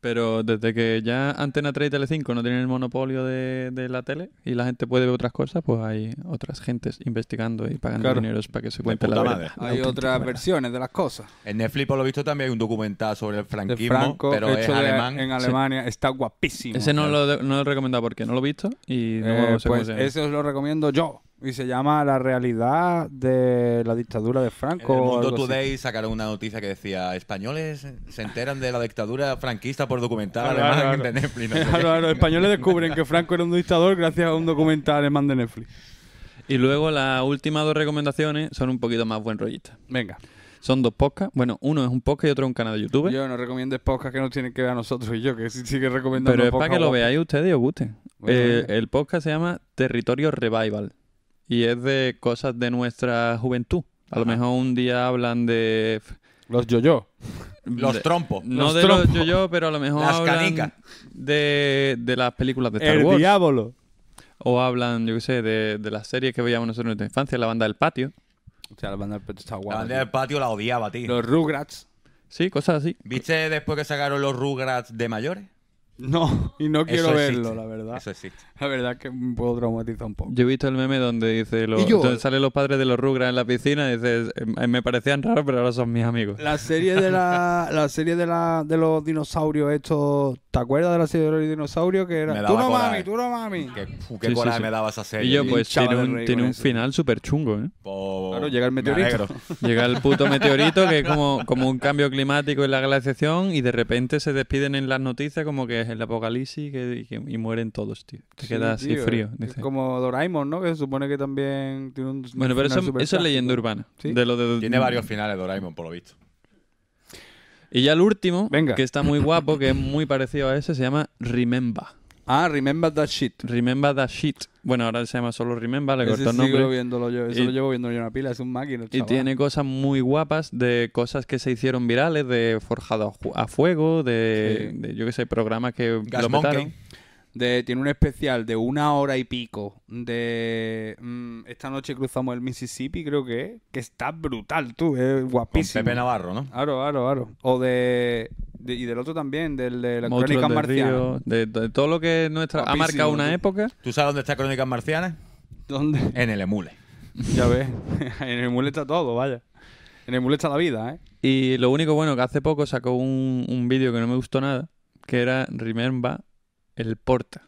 Speaker 6: Pero desde que ya Antena 3 y Telecinco no tienen el monopolio de, de la tele y la gente puede ver otras cosas, pues hay otras gentes investigando y pagando
Speaker 2: Claro.
Speaker 6: dineros para que se cuente
Speaker 1: puta
Speaker 6: la
Speaker 1: madre.
Speaker 6: verdad. la
Speaker 2: Hay
Speaker 6: auténtica
Speaker 2: otras
Speaker 6: verdad.
Speaker 2: versiones de las cosas.
Speaker 1: En Netflix, por lo visto, también hay un documental sobre el franquismo,
Speaker 2: De Franco,
Speaker 1: pero es
Speaker 2: hecho de-
Speaker 1: alemán.
Speaker 2: en Alemania, está guapísimo.
Speaker 6: Ese no lo, de- no lo he recomendado porque no lo he visto y no
Speaker 2: Eh,
Speaker 6: sé cómo
Speaker 2: pues
Speaker 6: se llama.
Speaker 2: eso os lo recomiendo yo. Y se llama La realidad de la dictadura de
Speaker 1: En el
Speaker 2: Franco. o
Speaker 1: Mundo
Speaker 2: algo así.
Speaker 1: Today sacaron una noticia que decía españoles se enteran de la dictadura franquista por documental
Speaker 2: Claro,
Speaker 1: alemán
Speaker 2: claro,
Speaker 1: de
Speaker 2: claro.
Speaker 1: Netflix. no sé
Speaker 2: Claro,
Speaker 1: qué.
Speaker 2: claro, los españoles descubren que Franco era un dictador gracias a un documental alemán de Netflix.
Speaker 6: Y luego las últimas dos recomendaciones son un poquito más buen rollistas.
Speaker 2: Venga.
Speaker 6: Son dos podcasts. Bueno, uno es un podcast y otro es un canal de YouTube.
Speaker 2: Yo no recomiendo podcasts que no tienen que ver a nosotros y yo, que sí, sí que recomendamos
Speaker 6: pero es para
Speaker 2: podcasts
Speaker 6: que lo
Speaker 2: guapos.
Speaker 6: veáis ustedes y os guste.
Speaker 2: Bueno,
Speaker 6: Eh,
Speaker 2: venga.
Speaker 6: el podcast se llama Territorio Revival. Y es de cosas de nuestra juventud. A lo mejor un día hablan de...
Speaker 2: Los yo-yo.
Speaker 1: Los
Speaker 6: de-
Speaker 1: trompos.
Speaker 6: No
Speaker 2: Los
Speaker 6: de
Speaker 2: trompos.
Speaker 6: los yo-yo, pero a lo mejor
Speaker 1: Las
Speaker 6: hablan
Speaker 1: canicas.
Speaker 6: de, de las películas de Star
Speaker 2: El
Speaker 6: Wars.
Speaker 2: diablo.
Speaker 6: O hablan, yo qué sé, de, de las series que veíamos nosotros en nuestra infancia, la banda del patio.
Speaker 2: O sea, la banda del está
Speaker 1: La
Speaker 2: guapa.
Speaker 1: bandera
Speaker 2: tío.
Speaker 1: del patio la odiaba, tío.
Speaker 2: Los Rugrats.
Speaker 6: Sí, cosas así.
Speaker 1: ¿Viste después que sacaron los Rugrats de mayores?
Speaker 2: No, y no quiero
Speaker 1: Eso existe.
Speaker 2: verlo, la verdad.
Speaker 1: Eso existe.
Speaker 2: La verdad es que me puedo traumatizar un poco.
Speaker 6: Yo he visto el meme donde dice lo-
Speaker 2: Y yo-
Speaker 6: donde salen los padres de los Rugrats en la piscina y dices, "Eh, me parecían raros, pero ahora son mis amigos.
Speaker 2: La serie de la, la serie de la de los dinosaurios estos, ¿te acuerdas de la serie de los dinosaurios que
Speaker 1: Me
Speaker 2: era?
Speaker 1: daba
Speaker 2: Tú no
Speaker 1: coraje.
Speaker 2: mami, tú no mami.
Speaker 1: Qué, uf, qué
Speaker 6: Sí, sí,
Speaker 1: coraje
Speaker 6: sí.
Speaker 1: me daba esa
Speaker 2: Eh,
Speaker 1: serie.
Speaker 6: Y yo,
Speaker 1: tío.
Speaker 6: pues,
Speaker 2: hinchaba
Speaker 6: tiene
Speaker 2: de
Speaker 6: un,
Speaker 2: reír
Speaker 6: tiene
Speaker 2: con
Speaker 6: un
Speaker 2: eso.
Speaker 6: final súper chungo, ¿eh?
Speaker 1: Po-
Speaker 2: Claro, llega el
Speaker 1: me
Speaker 2: meteorito.
Speaker 1: alegro.
Speaker 6: Llega el puto meteorito, que es como, como un cambio climático en la glaciación, y de repente se despiden en las noticias como que es el apocalipsis que- y, que- y mueren todos, tío. Te
Speaker 2: Sí,
Speaker 6: quedas así
Speaker 2: tío,
Speaker 6: frío.
Speaker 2: es
Speaker 6: dices.
Speaker 2: Como Doraemon, ¿no? Que se supone que también tiene un
Speaker 6: Bueno, pero
Speaker 2: final
Speaker 6: eso,
Speaker 2: súper
Speaker 6: eso es
Speaker 2: trágico.
Speaker 6: leyenda urbana.
Speaker 2: Sí.
Speaker 6: De lo de-
Speaker 1: Tiene varios finales Doraemon, por lo visto.
Speaker 6: Y ya el último,
Speaker 2: Venga.
Speaker 6: que está muy guapo, que es muy parecido a ese, se llama Remember.
Speaker 2: Ah, Remember That Shit.
Speaker 6: Remember the shit. Bueno, ahora se llama solo Remember, le cortó
Speaker 2: Ese
Speaker 6: el
Speaker 2: sigo
Speaker 6: nombre.
Speaker 2: viéndolo yo, eso
Speaker 6: Y-
Speaker 2: lo llevo viendo yo en una pila, es un máquina,
Speaker 6: Y
Speaker 2: chaval.
Speaker 6: tiene cosas muy guapas de cosas que se hicieron virales, de forjado a ju- a fuego, de,
Speaker 2: Sí.
Speaker 6: de, yo qué sé, programas que
Speaker 1: Gas
Speaker 6: lo petaron.
Speaker 1: Monkey.
Speaker 2: De- tiene un especial de una hora y pico de mm, esta noche cruzamos el Mississippi, creo que es, que está brutal, tú, es
Speaker 1: Con
Speaker 2: guapísimo.
Speaker 1: Pepe Navarro, ¿no?
Speaker 2: Aro, aro, aro. O de, de- Y del otro también, del de la
Speaker 6: Monstruos
Speaker 2: Crónica
Speaker 6: del
Speaker 2: Marciana.
Speaker 6: Río, de, de todo lo que nuestra ha
Speaker 2: Guapísimo,
Speaker 6: marcado una
Speaker 2: tío.
Speaker 6: época.
Speaker 1: ¿Tú sabes dónde está Crónicas Marcianas?
Speaker 2: ¿Dónde?
Speaker 1: En el emule.
Speaker 2: ya ves. en el mule está todo, vaya. En el mule está la vida, ¿eh?
Speaker 6: Y lo único bueno que hace poco sacó un, un vídeo que no me gustó nada, que era Remember el porta.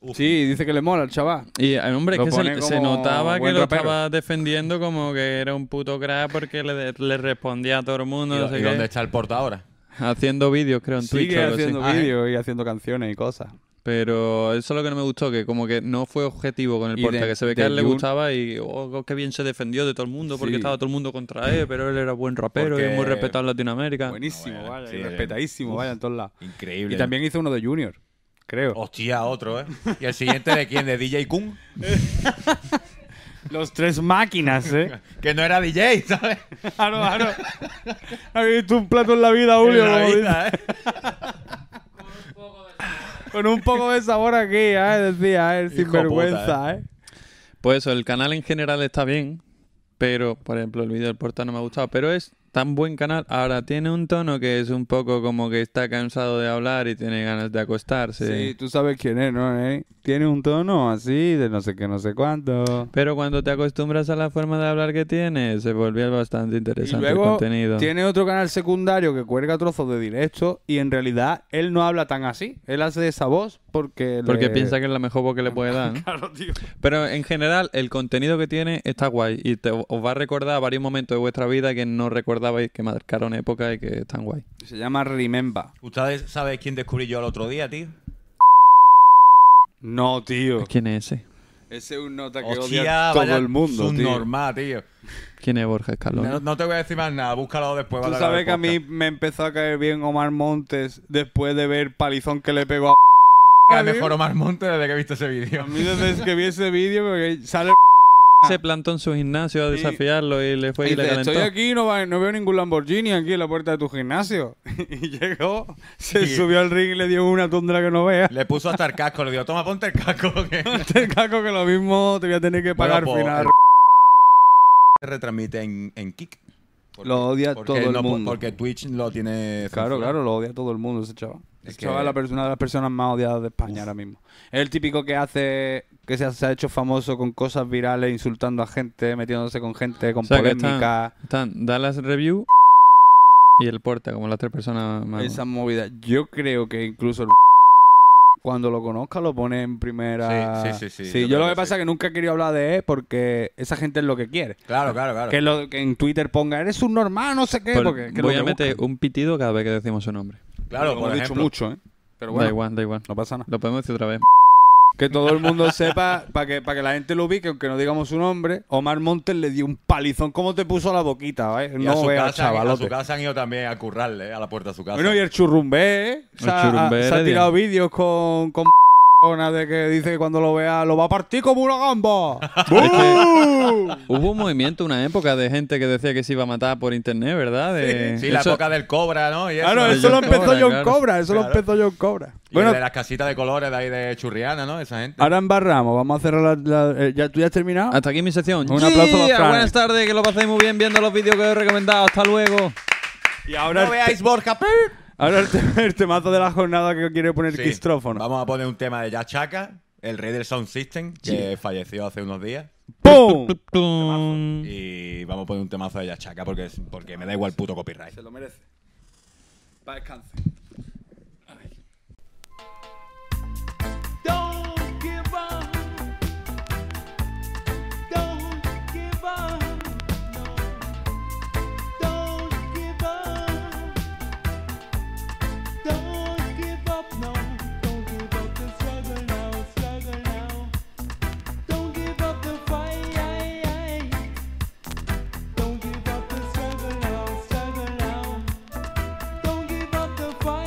Speaker 1: Uf.
Speaker 2: Sí, dice que le mola al chaval.
Speaker 6: Y eh, hombre, es
Speaker 2: Lo
Speaker 6: que
Speaker 2: pone
Speaker 6: se, se
Speaker 2: como
Speaker 6: notaba que
Speaker 2: buen
Speaker 6: lo
Speaker 2: rapero.
Speaker 6: estaba defendiendo como que era un puto crack porque le, de- le respondía a todo el
Speaker 1: ¿Y,
Speaker 6: mundo, no sé
Speaker 1: y
Speaker 6: qué.
Speaker 1: dónde está el porta ahora?
Speaker 6: haciendo vídeos, creo, en Twitch. o
Speaker 2: Sigue
Speaker 6: algo así. Ah,
Speaker 2: haciendo
Speaker 1: Ah, ¿eh?
Speaker 2: vídeos y haciendo canciones y cosas.
Speaker 6: Pero eso es lo que no me gustó, que como que no fue objetivo con el
Speaker 2: Y
Speaker 6: porta,
Speaker 2: de-
Speaker 6: que se ve que
Speaker 2: de
Speaker 6: a él le
Speaker 2: Jun-
Speaker 6: gustaba y oh, qué bien se defendió de todo el mundo porque
Speaker 2: Sí.
Speaker 6: estaba todo el mundo contra él, pero él era buen rapero y
Speaker 1: Porque-
Speaker 6: muy respetado en Latinoamérica.
Speaker 2: Buenísimo,
Speaker 1: bueno,
Speaker 2: vaya.
Speaker 1: sí,
Speaker 2: y
Speaker 1: eh,
Speaker 2: respetadísimo, vaya, en todos lados.
Speaker 1: Increíble.
Speaker 2: Y también hizo uno de Junior, creo.
Speaker 1: Hostia, otro, ¿eh? ¿Y el siguiente de quién? ¿De DJ Kun?
Speaker 2: Los tres máquinas, ¿eh?
Speaker 1: Que no era DJ, ¿sabes?
Speaker 2: aro, aro. ¿Has visto un plato en la vida, Julio?
Speaker 1: En la
Speaker 2: como dice?
Speaker 1: vida, ¿eh?
Speaker 2: Con un poco de sabor aquí, ¿eh? Decía, ¿eh? el
Speaker 1: Hijo puta,
Speaker 2: sinvergüenza, ¿eh?
Speaker 6: Pues eso, el canal en general está bien, pero por ejemplo el vídeo del porta no me ha gustado, pero es tan buen canal, ahora tiene un tono que es un poco como que está cansado de hablar y tiene ganas de acostarse.
Speaker 2: Sí, tú sabes quién es, ¿no? eh? Tiene un tono así de no sé qué, no sé cuánto.
Speaker 6: Pero cuando te acostumbras a la forma de hablar que tiene, se volvió bastante
Speaker 2: Y
Speaker 6: interesante el
Speaker 2: luego
Speaker 6: contenido.
Speaker 2: tiene otro canal secundario que cuelga trozos de directo y en realidad él no habla tan así. Él hace esa voz porque...
Speaker 6: Porque
Speaker 2: le-
Speaker 6: piensa que es la mejor voz que le puede dar. ¿no?
Speaker 10: Claro, tío.
Speaker 6: Pero en general, el contenido que tiene está guay y te, os va a recordar varios momentos de vuestra vida que no recordabais, que marcaron época y que están guay.
Speaker 2: Se llama Remember.
Speaker 1: ¿Ustedes saben quién descubrí yo el otro día, tío?
Speaker 2: No, tío.
Speaker 6: ¿Quién es ese?
Speaker 2: Ese es un nota que odia
Speaker 1: Hostia,
Speaker 2: a todo
Speaker 1: vaya
Speaker 2: el mundo, tío.
Speaker 1: subnormal, tío.
Speaker 6: ¿Quién es Borja Escalón?
Speaker 1: No, no te voy a decir más nada, búscalo después.
Speaker 2: Tú
Speaker 1: vale,
Speaker 2: sabes que a
Speaker 1: vale,
Speaker 2: mí
Speaker 1: podcast.
Speaker 2: me empezó a caer bien Omar Montes después de ver palizón que le pegó a...
Speaker 1: Era mejor Omar Monte desde que he visto ese vídeo.
Speaker 2: A mí desde que vi ese vídeo porque sale...
Speaker 6: Se plantó en su gimnasio a
Speaker 2: Sí.
Speaker 6: desafiarlo y le fue y,
Speaker 2: Y
Speaker 6: le
Speaker 2: dice,
Speaker 6: calentó.
Speaker 2: estoy aquí, no, va- no veo ningún Lamborghini aquí en la puerta de tu gimnasio. y llegó, se
Speaker 1: Sí.
Speaker 2: subió al ring y le dio una tundra que no veas.
Speaker 1: Le puso hasta el casco, le digo, toma, ponte el casco. Que...
Speaker 2: Te caco que lo mismo te voy a tener que pagar
Speaker 1: Bueno, pues,
Speaker 2: final.
Speaker 1: Se retransmite en, en Kick. Porque-
Speaker 2: Lo odia
Speaker 1: porque
Speaker 2: todo el
Speaker 1: no po-
Speaker 2: mundo.
Speaker 1: Porque Twitch lo tiene.
Speaker 2: Claro,
Speaker 1: censurado.
Speaker 2: claro, lo odia todo el mundo ese chaval.
Speaker 1: Es
Speaker 2: Ese
Speaker 1: que-
Speaker 2: chaval es la persona- una de las personas más odiadas de España ahora mismo. Es el típico que hace que se ha, se ha hecho famoso con cosas virales, insultando a gente, metiéndose con gente, con
Speaker 6: O sea, que
Speaker 2: polémica,
Speaker 6: Están Dallas Review y el Porta, como las tres personas más.
Speaker 2: esa movida. Yo creo que incluso el cuando lo conozca lo pone en primera.
Speaker 1: Sí, sí, sí, sí, yo
Speaker 2: yo,
Speaker 1: creo
Speaker 2: lo
Speaker 1: que
Speaker 2: que pasa
Speaker 1: sí.
Speaker 2: es que nunca he querido hablar de él porque esa gente es lo que quiere.
Speaker 1: Claro, claro, claro.
Speaker 2: Que, lo, que en Twitter ponga, eres un normal, no sé qué.
Speaker 6: Por-
Speaker 2: porque, que
Speaker 6: voy
Speaker 2: lo
Speaker 6: a
Speaker 2: que
Speaker 6: meter
Speaker 2: buscan.
Speaker 6: un pitido cada vez que decimos su nombre.
Speaker 1: Claro,
Speaker 2: Lo
Speaker 1: por
Speaker 2: hemos dicho
Speaker 1: ejemplo.
Speaker 2: mucho, ¿eh? Pero
Speaker 6: Da
Speaker 2: bueno,
Speaker 6: igual, da igual.
Speaker 2: no pasa nada.
Speaker 6: Lo podemos decir otra vez.
Speaker 2: Que todo el mundo sepa, para que, para que la gente lo ubique, aunque no digamos su nombre, Omar Montes le dio un palizón. ¿Cómo te puso la boquita? eh?
Speaker 1: Y a,
Speaker 2: No
Speaker 1: su
Speaker 2: veas,
Speaker 1: casa, a
Speaker 2: chavalote.
Speaker 1: su casa han ido también a currarle, eh, a la puerta de su casa.
Speaker 2: Bueno, y el churrumbé, ¿eh?
Speaker 6: El
Speaker 2: Se ha-
Speaker 6: churrumbé
Speaker 2: ha- se ha
Speaker 6: Heredia.
Speaker 2: tirado vídeos con, con personas de que dice que cuando lo vea lo va a partir como una gamba. ¡Bú!
Speaker 6: Hubo un movimiento, una época de gente que decía que se iba a matar por internet, ¿verdad? De-
Speaker 1: Sí, la
Speaker 6: Eso-
Speaker 1: boca del cobra, ¿no? Y eso,
Speaker 2: Claro,
Speaker 6: de
Speaker 2: eso lo
Speaker 6: John
Speaker 2: empezó
Speaker 6: Cobra,
Speaker 2: John
Speaker 6: claro.
Speaker 2: Cobra, eso
Speaker 1: Claro.
Speaker 2: lo empezó John Cobra.
Speaker 1: Y el
Speaker 2: Bueno,
Speaker 1: de las casitas de colores de ahí de Churriana, ¿no? Esa gente.
Speaker 2: ahora embarramos, vamos a cerrar la... la- eh, ¿ya, ¿Tú ya has terminado?
Speaker 1: Ah,
Speaker 6: Hasta aquí mi sección.
Speaker 2: Un aplauso para Fran.
Speaker 6: Buenas tardes, que lo paséis muy bien viendo los vídeos que os he recomendado. Hasta luego.
Speaker 2: Y ahora, el, te-
Speaker 1: Borja.
Speaker 2: ahora el, te- el temazo de la jornada que quiere poner
Speaker 1: Sí.
Speaker 2: Quistrófono.
Speaker 1: Vamos a poner un tema de Yachaca, el rey del Sound System, que falleció hace unos días.
Speaker 2: ¡Pum! Mm.
Speaker 6: Tum.
Speaker 1: Y vamos a poner un temazo de Yachaca porque, es- porque me da igual puto copyright.
Speaker 2: lo merece. Para descanso.
Speaker 10: Don't give up. Don't give up. No. Don't give up. Don't give up. No. Don't give up the struggle now. Struggle now. Don't give up the fight. Don't give up the struggle now. Struggle now. Don't give up the fight.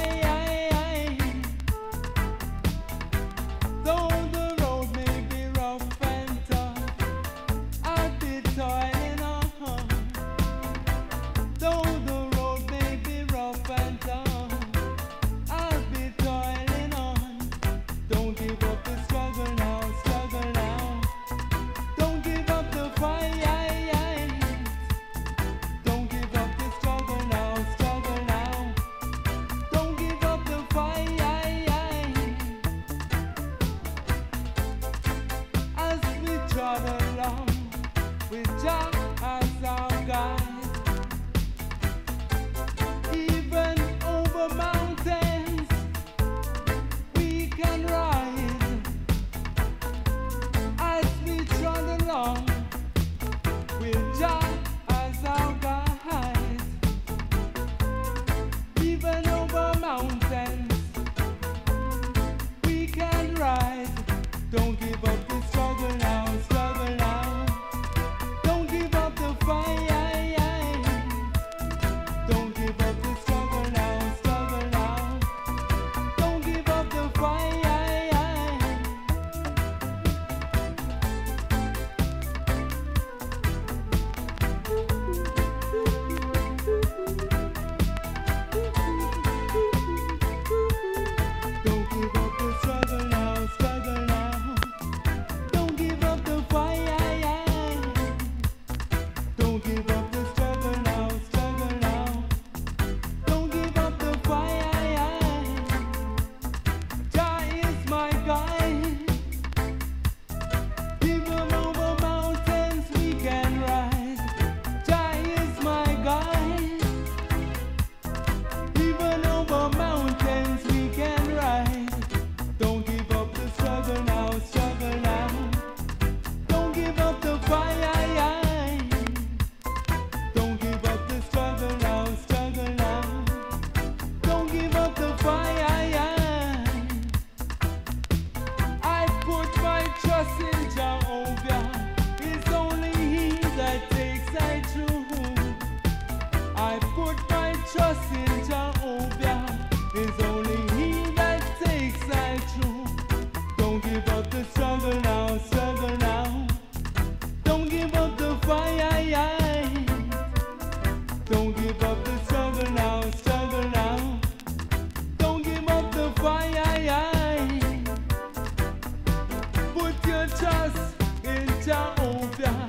Speaker 11: trust in Jehovah.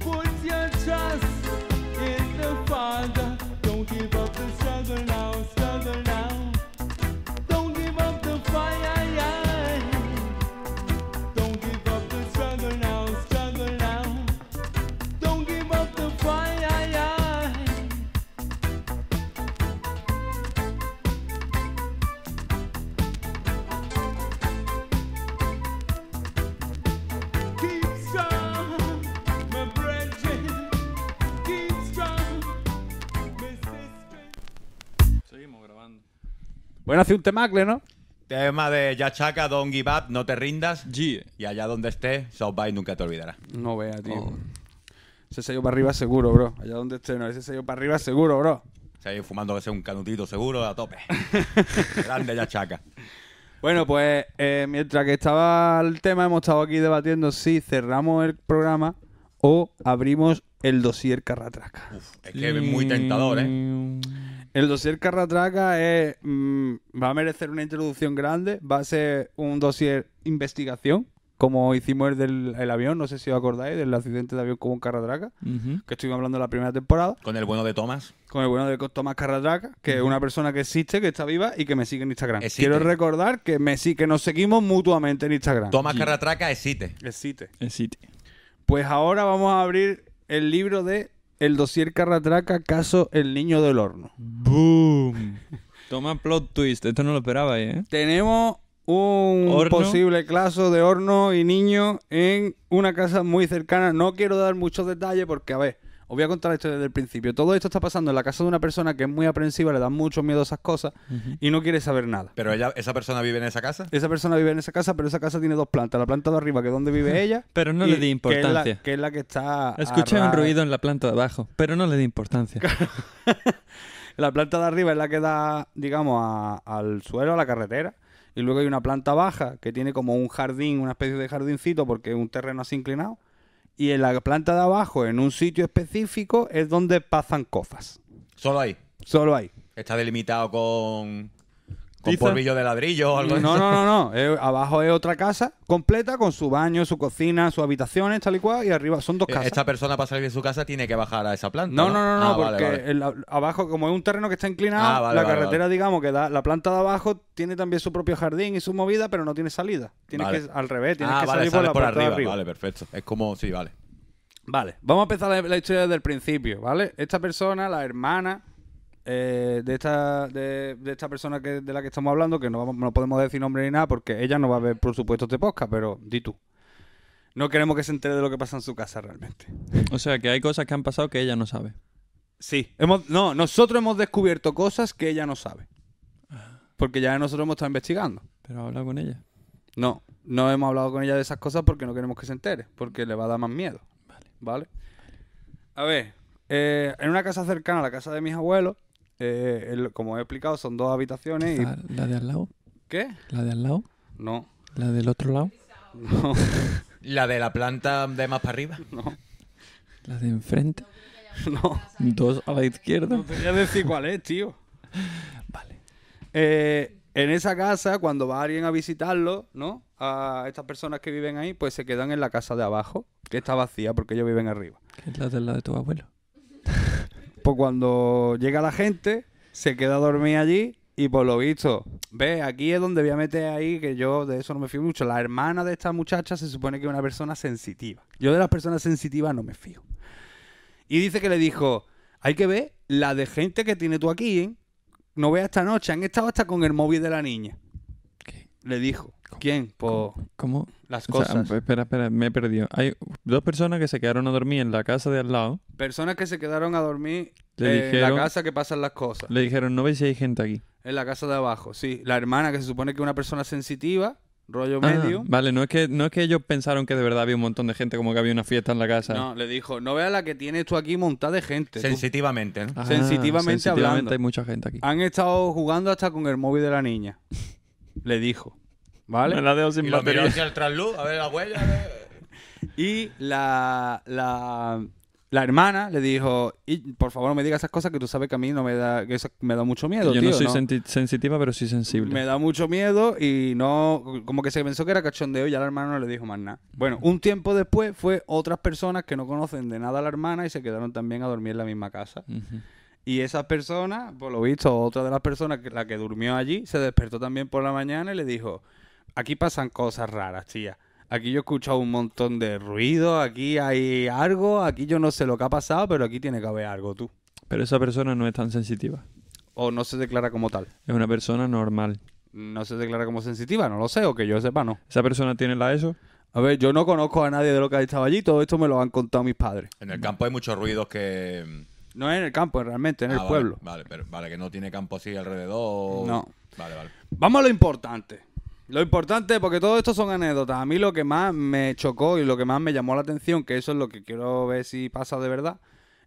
Speaker 11: Put your trust in the Father. Don't give up the struggle now, struggle now. Don't give up the fire. Don't give up the struggle now, struggle now. Don't give up the fire. Keep strong, my brethren. Keep strong, my sisters.
Speaker 6: Seguimos grabando.
Speaker 2: Bueno, hace un temacle, ¿no?
Speaker 1: Tema de Yachaka, Don't Give Up, No Te Rindas.
Speaker 6: Yeah.
Speaker 1: Y allá donde estés, South by nunca te olvidará.
Speaker 2: No vea, tío. Ese sello para arriba seguro, bro. Allá donde esté, no. Ese sello para arriba seguro, bro.
Speaker 1: Se fumando a veces un canutito seguro a tope. Grande Yachaca.
Speaker 2: Bueno, pues eh, mientras que estaba el tema, hemos estado aquí debatiendo si cerramos el programa o abrimos el dossier Carratraca.
Speaker 1: Es que es muy tentador, ¿eh?
Speaker 2: El dossier Carratraca es, mm, va a merecer una introducción grande, va a ser un dossier investigación, como hicimos el del el avión, no sé si os acordáis, del accidente de avión con un Carratraca,
Speaker 6: Ujú.
Speaker 2: que estuvimos hablando la primera temporada,
Speaker 1: Con el bueno de Thomas.
Speaker 2: con el bueno de Tomás Carratraca, que es una persona que existe, que está viva y que me sigue en Instagram.
Speaker 1: Existe.
Speaker 2: Quiero recordar que, me, sí, que nos seguimos mutuamente en Instagram.
Speaker 1: Thomas
Speaker 6: Sí.
Speaker 1: Carratraca existe.
Speaker 2: Existe.
Speaker 6: El City.
Speaker 2: Pues ahora vamos a abrir el libro de El dossier Carratraca, caso El Niño del Horno.
Speaker 6: Boom. Toma plot twist. Esto no lo esperaba, ¿eh?
Speaker 2: Tenemos un
Speaker 6: Horno.
Speaker 2: posible caso de horno y niño en una casa muy cercana. No quiero dar muchos detalles porque, a ver, os voy a contar esto desde el principio. Todo esto está pasando en la casa de una persona que es muy aprensiva, le da mucho miedo a esas cosas y no quiere saber nada.
Speaker 1: Pero ella, esa persona vive en esa casa.
Speaker 2: Esa persona vive en esa casa, pero esa casa tiene dos plantas. La planta de arriba, que es donde vive ella.
Speaker 6: Pero no
Speaker 2: y
Speaker 6: le di
Speaker 2: Que es
Speaker 6: importancia.
Speaker 2: la que, es la que está... a
Speaker 6: Escuché un
Speaker 2: ras-
Speaker 6: ruido en la planta de abajo, pero no le di importancia.
Speaker 2: La planta de arriba es la que da, digamos, a- al suelo, a la carretera. Y luego hay una planta baja que tiene como un jardín, una especie de jardincito, porque es un terreno así inclinado. Y en la planta de abajo, en un sitio específico, es donde pasan cosas.
Speaker 1: Solo ahí.
Speaker 2: Solo ahí.
Speaker 1: Está delimitado con. Con
Speaker 6: Tiza.
Speaker 1: polvillo de ladrillo o algo
Speaker 2: No,
Speaker 1: de
Speaker 2: no,
Speaker 1: eso.
Speaker 2: no, no. Eh, abajo es otra casa completa con su baño, su cocina, sus habitaciones, tal y cual. Y arriba son dos
Speaker 1: Eh,
Speaker 2: casas.
Speaker 1: Esta persona para salir de su casa tiene que bajar a esa planta.
Speaker 2: No, no, no, no,
Speaker 1: Ah, vale,
Speaker 2: porque
Speaker 1: vale.
Speaker 2: el a- abajo, como es un terreno que está inclinado,
Speaker 1: Ah, vale,
Speaker 2: la
Speaker 1: vale,
Speaker 2: carretera, digamos, que da la planta de abajo tiene también su propio jardín y su movida, pero no tiene salida. Tienes
Speaker 1: Vale.
Speaker 2: que al revés, tienes
Speaker 1: ah,
Speaker 2: que
Speaker 1: vale,
Speaker 2: salir por
Speaker 1: sales
Speaker 2: la
Speaker 1: por
Speaker 2: planta de
Speaker 1: arriba.
Speaker 2: arriba.
Speaker 1: Vale, perfecto. Es como, sí, vale.
Speaker 2: Vale, vamos a empezar la, la historia desde el principio, ¿vale? Esta persona, la hermana eh, de esta de, de esta persona que, de la que estamos hablando, que no, vamos- no podemos decir nombre ni nada porque ella no va a ver, por supuesto, este podcast, pero di tú. No queremos que se entere de lo que pasa en su casa realmente.
Speaker 6: O sea, que hay cosas que han pasado que ella no sabe.
Speaker 2: Sí. Hemos, no, nosotros hemos descubierto cosas que ella no sabe. Porque ya nosotros hemos estado investigando.
Speaker 6: Pero habla con ella.
Speaker 2: No, no hemos hablado con ella de esas cosas porque no queremos que se entere, porque le va a dar más miedo. Vale. A ver, eh, en una casa cercana a la casa de mis abuelos, eh, el- como he explicado, son dos habitaciones
Speaker 6: La,
Speaker 2: y...
Speaker 6: la de al lado,
Speaker 2: ¿Qué?
Speaker 6: la de al lado,
Speaker 2: No,
Speaker 6: la del otro lado,
Speaker 2: no,
Speaker 1: La de la planta de más para arriba.
Speaker 2: no,
Speaker 6: la de enfrente,
Speaker 2: no.
Speaker 6: dos a la izquierda.
Speaker 2: Quería decir cuál es, tío.
Speaker 6: Vale.
Speaker 2: Eh, en esa casa, cuando va alguien a visitarlo, ¿no? A estas personas que viven ahí, pues se quedan en la casa de abajo, que está vacía porque ellos viven arriba.
Speaker 6: Que es la de la de tu abuelo.
Speaker 2: Pues cuando llega la gente, se queda a dormir allí y por lo visto, ve, aquí es donde voy a meter ahí, que yo de eso no me fío mucho. La hermana de esta muchacha se supone que es una persona sensitiva. Yo de las personas sensitivas no me fío. Y dice que le dijo, hay que ver la de gente que tiene tú aquí, ¿eh? No veas esta noche, han estado hasta con el móvil de la niña.
Speaker 6: ¿Qué?
Speaker 2: Le dijo,
Speaker 6: ¿Cómo?
Speaker 2: ¿quién? Pues
Speaker 6: ¿Cómo?
Speaker 2: las
Speaker 6: O sea, pues
Speaker 2: cosas.
Speaker 6: espera, espera, me he perdido. Hay dos personas que se quedaron a dormir en la casa de al lado.
Speaker 2: Personas que se quedaron a dormir
Speaker 6: Le
Speaker 2: eh, en
Speaker 6: dijeron-
Speaker 2: la casa que pasan las cosas.
Speaker 6: Le dijeron, no veis si hay gente aquí.
Speaker 2: En la casa de abajo, sí. La hermana, que se supone que es una persona sensitiva, rollo
Speaker 6: Ah,
Speaker 2: medio.
Speaker 6: vale, no es, que, no es que ellos pensaron que de verdad había un montón de gente, como que había una fiesta en la casa.
Speaker 2: No, le dijo, no veas la que tienes tú aquí montada de gente. Tú-
Speaker 1: Sensitivamente, ¿no?
Speaker 6: Ah,
Speaker 2: sensitivamente hablando. Ah,
Speaker 6: hay mucha gente aquí.
Speaker 2: Han estado jugando hasta con el móvil de la niña. Le dijo. ¿Vale?
Speaker 6: Me la dejo
Speaker 1: Y
Speaker 6: sin
Speaker 1: lo miró
Speaker 6: batería.
Speaker 1: hacia el trasluz, a ver la huella. a ver.
Speaker 2: Y la, la, la hermana le dijo, "Y, por favor no me digas esas cosas que tú sabes que a mí no me da, que eso me da mucho miedo.
Speaker 6: Yo
Speaker 2: tío,
Speaker 6: no soy senti- sensitiva, pero soy sensible.
Speaker 2: me da mucho miedo y no, como que se pensó que era cachondeo y ya la hermana no le dijo más nada. Bueno, un tiempo después fue otras personas que no conocen de nada a la hermana y se quedaron también a dormir en la misma casa.
Speaker 6: Ujú.
Speaker 2: Y esas personas, por lo visto, otra de las personas, que, la que durmió allí, se despertó también por la mañana y le dijo, aquí pasan cosas raras, tía. Aquí yo he escuchado un montón de ruido, aquí hay algo, aquí yo no sé lo que ha pasado, pero aquí tiene que haber algo tú.
Speaker 6: Pero esa persona no es tan sensitiva.
Speaker 2: O no se declara como tal.
Speaker 6: Es una persona normal.
Speaker 2: No se declara como sensitiva, no lo sé, o que yo sepa, no.
Speaker 6: ¿Esa persona tiene la ESO?
Speaker 2: A ver, yo no conozco a nadie de lo que ha estado allí, todo esto me lo han contado mis padres.
Speaker 1: En el campo hay muchos ruidos que.
Speaker 2: No es en el campo, es realmente en
Speaker 1: Ah,
Speaker 2: el
Speaker 1: vale,
Speaker 2: pueblo.
Speaker 1: Vale, pero vale, que no tiene campo así alrededor.
Speaker 2: No.
Speaker 1: Vale, vale.
Speaker 2: Vamos a lo importante. Lo importante, porque todo esto son anécdotas. A mí lo que más me chocó y lo que más me llamó la atención, que eso es lo que quiero ver si pasa de verdad,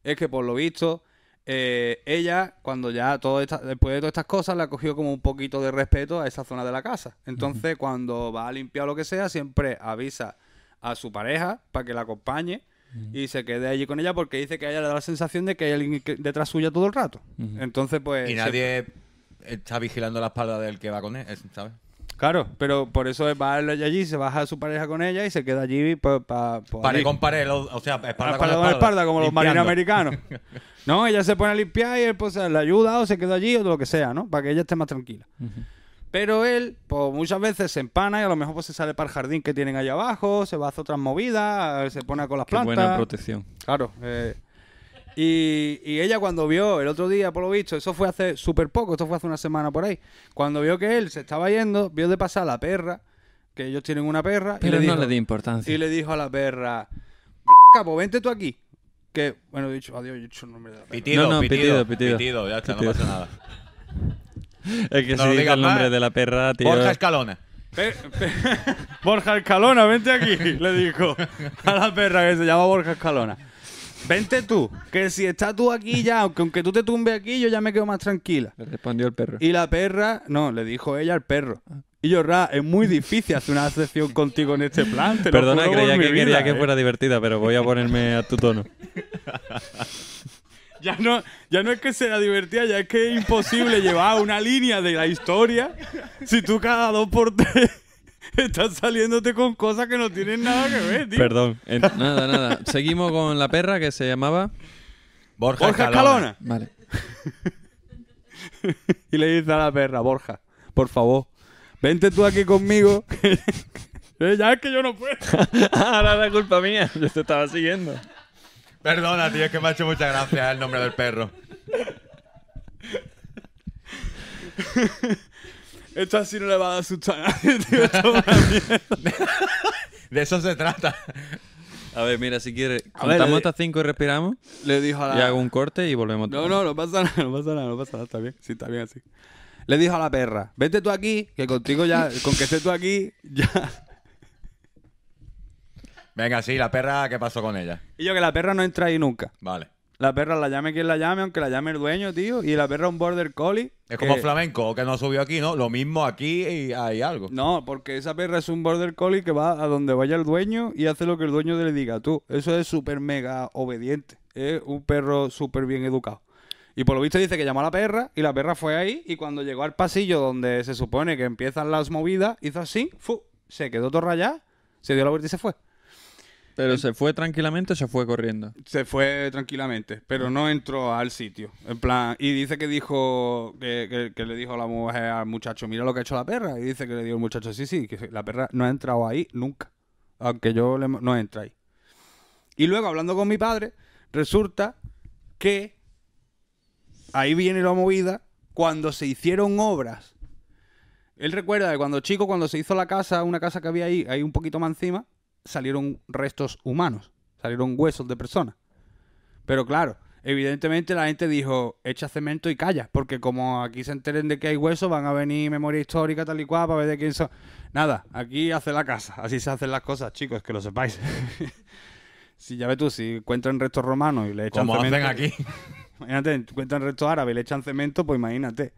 Speaker 2: es que por lo visto, eh, ella, cuando ya todo esta- después de todas estas cosas, la cogió como un poquito de respeto a esa zona de la casa. Entonces, cuando va a limpiar o lo que sea, siempre avisa a su pareja para que la acompañe y se quede allí con ella porque dice que a ella le da la sensación de que hay alguien que- detrás suya todo el rato. Entonces, pues...
Speaker 1: Y
Speaker 2: siempre-
Speaker 1: nadie está vigilando la espalda del que va con él, es- ¿sabes?
Speaker 2: Claro, pero por eso va él allí, se baja su pareja con ella y se queda allí pa, pa- pues
Speaker 1: Pare
Speaker 2: allí.
Speaker 1: con pared, lo- o sea, espalda,
Speaker 2: Espalda
Speaker 1: con
Speaker 2: con
Speaker 1: espalda.
Speaker 2: espalda, como los marines
Speaker 1: limpiando.
Speaker 2: americanos. No, ella se pone a limpiar y él pues la ayuda o se queda allí o lo que sea, ¿no? Para que ella esté más tranquila. Pero él, pues muchas veces se empana y a lo mejor pues se sale para el jardín que tienen allá abajo, se va a hacer otras movidas, se pone con las
Speaker 6: Qué
Speaker 2: plantas.
Speaker 6: buena protección.
Speaker 2: Claro. eh, y, y ella cuando vio el otro día, por lo visto, eso fue hace súper poco, esto fue hace una semana por ahí, cuando vio que él se estaba yendo, vio de pasar a la perra, que ellos tienen una perra,
Speaker 6: Pero
Speaker 2: y, le
Speaker 6: no
Speaker 2: dijo,
Speaker 6: le di importancia.
Speaker 2: y le dijo a la perra, capo, vente tú aquí. Que, bueno, he dicho, adiós, yo he dicho el nombre de la perra.
Speaker 1: Pitido,
Speaker 6: No, no,
Speaker 1: pitido,
Speaker 6: pitido, pitido.
Speaker 1: ya está,
Speaker 6: Pitido.
Speaker 1: no pasa nada.
Speaker 6: Es que
Speaker 1: No lo
Speaker 6: si diga
Speaker 1: digas
Speaker 6: el nombre
Speaker 1: más.
Speaker 6: de la perra, tío.
Speaker 1: Borja Escalona.
Speaker 2: Pe- pe- Borja Escalona, vente aquí, le dijo a la perra que se llama Borja Escalona. Vente tú, que si estás tú aquí ya, aunque, aunque tú te tumbes aquí, yo ya me quedo más tranquila.
Speaker 6: Le respondió el perro.
Speaker 2: Y la perra, no, le dijo ella al perro. Y yo, Ra, es muy difícil hacer una sesión contigo en este plan. te lo
Speaker 6: Perdona,
Speaker 2: juro por
Speaker 6: creía
Speaker 2: mi
Speaker 6: que quería
Speaker 2: vida,
Speaker 6: que
Speaker 2: ¿eh?
Speaker 6: fuera divertida, pero voy a ponerme a tu tono.
Speaker 2: Ya no, ya no es que sea divertida, ya es que es imposible llevar una línea de la historia si tú cada dos por tres estás saliéndote con cosas que no tienen nada que ver, tío.
Speaker 6: Perdón. En- Nada, nada. Seguimos con la perra que se llamaba.
Speaker 1: Borja,
Speaker 2: Borja Escalona.
Speaker 6: Vale.
Speaker 2: Y le dice a la perra, Borja, por favor, vente tú aquí conmigo. que- ya es que yo no puedo.
Speaker 6: Ahora la culpa mía. Yo te estaba siguiendo.
Speaker 1: Perdona, tío, es que me ha hecho mucha gracia el nombre del perro.
Speaker 2: Esto así no le va a asustar a nadie, tío. Esto es una mierda.
Speaker 1: De eso se trata.
Speaker 6: A ver, mira, si quieres,
Speaker 2: A ver, eh,
Speaker 6: contamos
Speaker 2: le-
Speaker 6: hasta cinco y respiramos.
Speaker 2: Le dijo a la...
Speaker 6: Y hago un corte y volvemos.
Speaker 2: No, no, no pasa nada, no pasa nada, no pasa nada, está bien. Sí, está bien así. Le dijo a la perra, vete tú aquí, que contigo ya, con que estés tú aquí, ya.
Speaker 1: Venga, sí, la perra, ¿qué pasó con ella?
Speaker 2: Y yo que la perra no entra ahí nunca.
Speaker 1: Vale.
Speaker 2: La perra la llame quien la llame, aunque la llame el dueño, tío. Y la perra es un border collie.
Speaker 1: Es como
Speaker 2: que-
Speaker 1: flamenco, que no subió aquí, ¿no? Lo mismo aquí y hay algo.
Speaker 2: No, porque esa perra es un border collie que va a donde vaya el dueño y hace lo que el dueño le diga. Tú, eso es súper mega obediente. Es un perro súper bien educado. Y por lo visto dice que llamó a la perra y la perra fue ahí y cuando llegó al pasillo donde se supone que empiezan las movidas, hizo así, fu, se quedó todo rayado, se dio la vuelta y se fue.
Speaker 6: Pero se fue tranquilamente o se fue corriendo.
Speaker 2: Se fue tranquilamente, pero no entró al sitio. En plan, y dice que dijo, que, que- que le dijo la mujer al muchacho, mira lo que ha hecho la perra. Y dice que le dijo el muchacho, sí, sí, que la perra no ha entrado ahí nunca. Aunque yo le, no entra ahí. Y luego, hablando con mi padre, resulta que ahí viene la movida. Cuando se hicieron obras, él recuerda que cuando chico, cuando se hizo la casa, una casa que había ahí, ahí un poquito más encima, salieron restos humanos, salieron huesos de personas. Pero claro, evidentemente la gente dijo, echa cemento y calla, porque como aquí se enteren de que hay huesos, van a venir memoria histórica tal y cual para ver de quién son. Nada, aquí hace la casa, así se hacen las cosas, chicos, que lo sepáis. si ya ves tú, si encuentran restos romanos y le echan
Speaker 1: Como hacen
Speaker 2: cemento-
Speaker 1: aquí.
Speaker 2: Imagínate, encuentran restos árabes, le echan cemento, pues imagínate.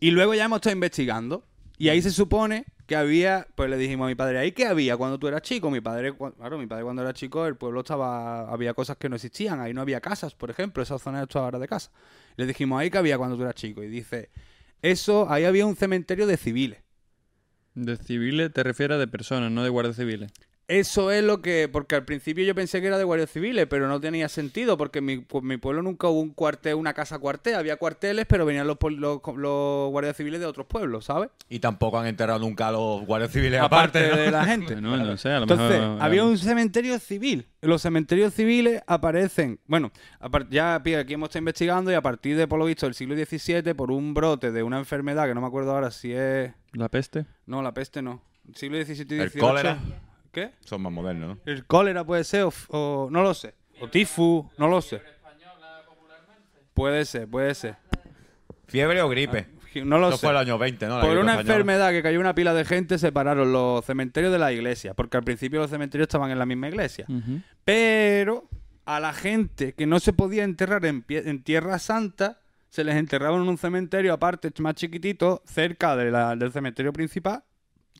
Speaker 2: Y luego ya hemos estado investigando. Y ahí se supone que había, pues le dijimos a mi padre, ¿ahí qué había cuando tú eras chico? Mi padre, cua- claro, mi padre cuando era chico, el pueblo estaba, había cosas que no existían, ahí no había casas, por ejemplo, esa zona estaba ahora de casa. Le dijimos, ¿ahí qué había cuando tú eras chico? Y dice, eso, ahí había un cementerio de civiles.
Speaker 6: De civiles te refieres a de personas, no de guardias civiles.
Speaker 2: Eso es lo que, porque al principio yo pensé que era de guardias civiles, pero no tenía sentido, porque en mi, pu- mi pueblo nunca hubo un cuartel, una casa cuartel, había cuarteles, pero venían los, pol- los, los guardias civiles de otros pueblos, ¿sabes?
Speaker 1: Y tampoco han enterrado nunca a los guardias civiles
Speaker 2: Aparte
Speaker 1: aparte,
Speaker 2: de la gente.
Speaker 6: No, no sé, a lo
Speaker 2: Entonces,
Speaker 6: mejor.
Speaker 2: había un cementerio civil. Los cementerios civiles aparecen, bueno, a par- ya pi- aquí hemos estado investigando y a partir de, por lo visto, del siglo XVII, por un brote de una enfermedad que no me acuerdo ahora si es...
Speaker 6: La peste.
Speaker 2: No, la peste no. Siglo XVII y XVIII.
Speaker 1: El cólera.
Speaker 2: ¿Qué?
Speaker 1: Son más modernos, ¿no?
Speaker 2: El cólera puede ser, o, f- o- no lo sé. O tifus, no lo sé. Puede ser, puede ser.
Speaker 1: Fiebre o gripe.
Speaker 2: No lo
Speaker 1: Eso
Speaker 2: sé.
Speaker 1: fue el año 20, ¿no? La
Speaker 2: Por
Speaker 1: gripe
Speaker 2: una
Speaker 1: española.
Speaker 2: enfermedad que cayó una pila de gente, separaron los cementerios de la iglesia. Porque al principio los cementerios estaban en la misma iglesia.
Speaker 1: Mm.
Speaker 6: Ujú.
Speaker 2: Pero a la gente que no se podía enterrar en, pie- en Tierra Santa, se les enterraba en un cementerio aparte, más chiquitito, cerca de la- del cementerio principal,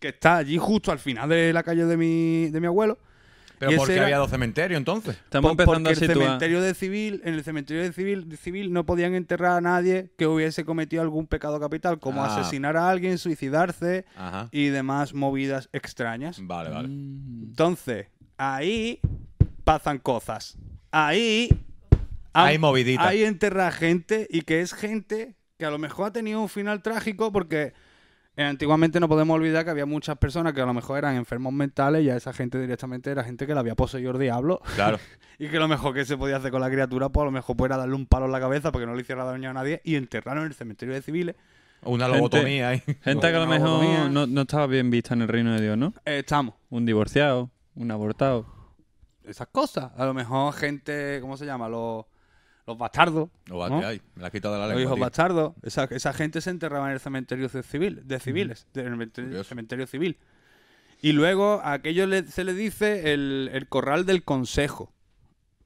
Speaker 2: que está allí justo al final de la calle de mi, de mi abuelo.
Speaker 1: Pero
Speaker 2: Y
Speaker 1: ¿por
Speaker 2: ese
Speaker 1: qué
Speaker 2: era-
Speaker 1: había dos cementerios entonces?
Speaker 6: Estamos
Speaker 2: Po-
Speaker 6: empezando
Speaker 2: porque
Speaker 6: a
Speaker 2: el
Speaker 6: situar.
Speaker 2: cementerio de civil, en el cementerio de civil, de civil no podían enterrar a nadie que hubiese cometido algún pecado capital, como
Speaker 1: Ah.
Speaker 2: asesinar a alguien, suicidarse
Speaker 1: Ajá.
Speaker 2: y demás movidas
Speaker 6: Mm.
Speaker 2: extrañas.
Speaker 1: Vale, vale.
Speaker 2: Mm. Entonces, ahí pasan cosas. Ahí
Speaker 1: Hay moviditas.
Speaker 2: Ahí enterra gente y que es gente que a lo mejor ha tenido un final trágico porque eh, antiguamente no podemos olvidar que había muchas personas que a lo mejor eran enfermos mentales y a esa gente directamente era gente que la había poseído el diablo.
Speaker 1: Claro.
Speaker 2: Y que lo mejor que se podía hacer con la criatura, pues a lo mejor fuera darle un palo en la cabeza porque no le hiciera daño a nadie y enterraron en el cementerio de civiles.
Speaker 1: Una lobotomía ahí.
Speaker 6: Gente que a lo
Speaker 2: Una
Speaker 6: mejor
Speaker 2: lobotomía.
Speaker 6: no, no estaba bien vista en el reino de Dios, ¿no?
Speaker 2: Eh, estamos.
Speaker 6: Un divorciado, un abortado.
Speaker 2: Esas cosas. A lo mejor gente, ¿cómo se llama? Los, los bastardos.
Speaker 1: No, va,
Speaker 2: ¿no?
Speaker 1: que hay. Me la has quitado de la
Speaker 2: Los
Speaker 1: lengua.
Speaker 2: hijos
Speaker 1: tío.
Speaker 2: bastardos. Esa, esa gente se enterraba en el cementerio de, civil, de civiles. de- en el cementerio-
Speaker 1: Curioso.
Speaker 2: cementerio civil. Y luego a aquello le- se le dice el, el corral del consejo.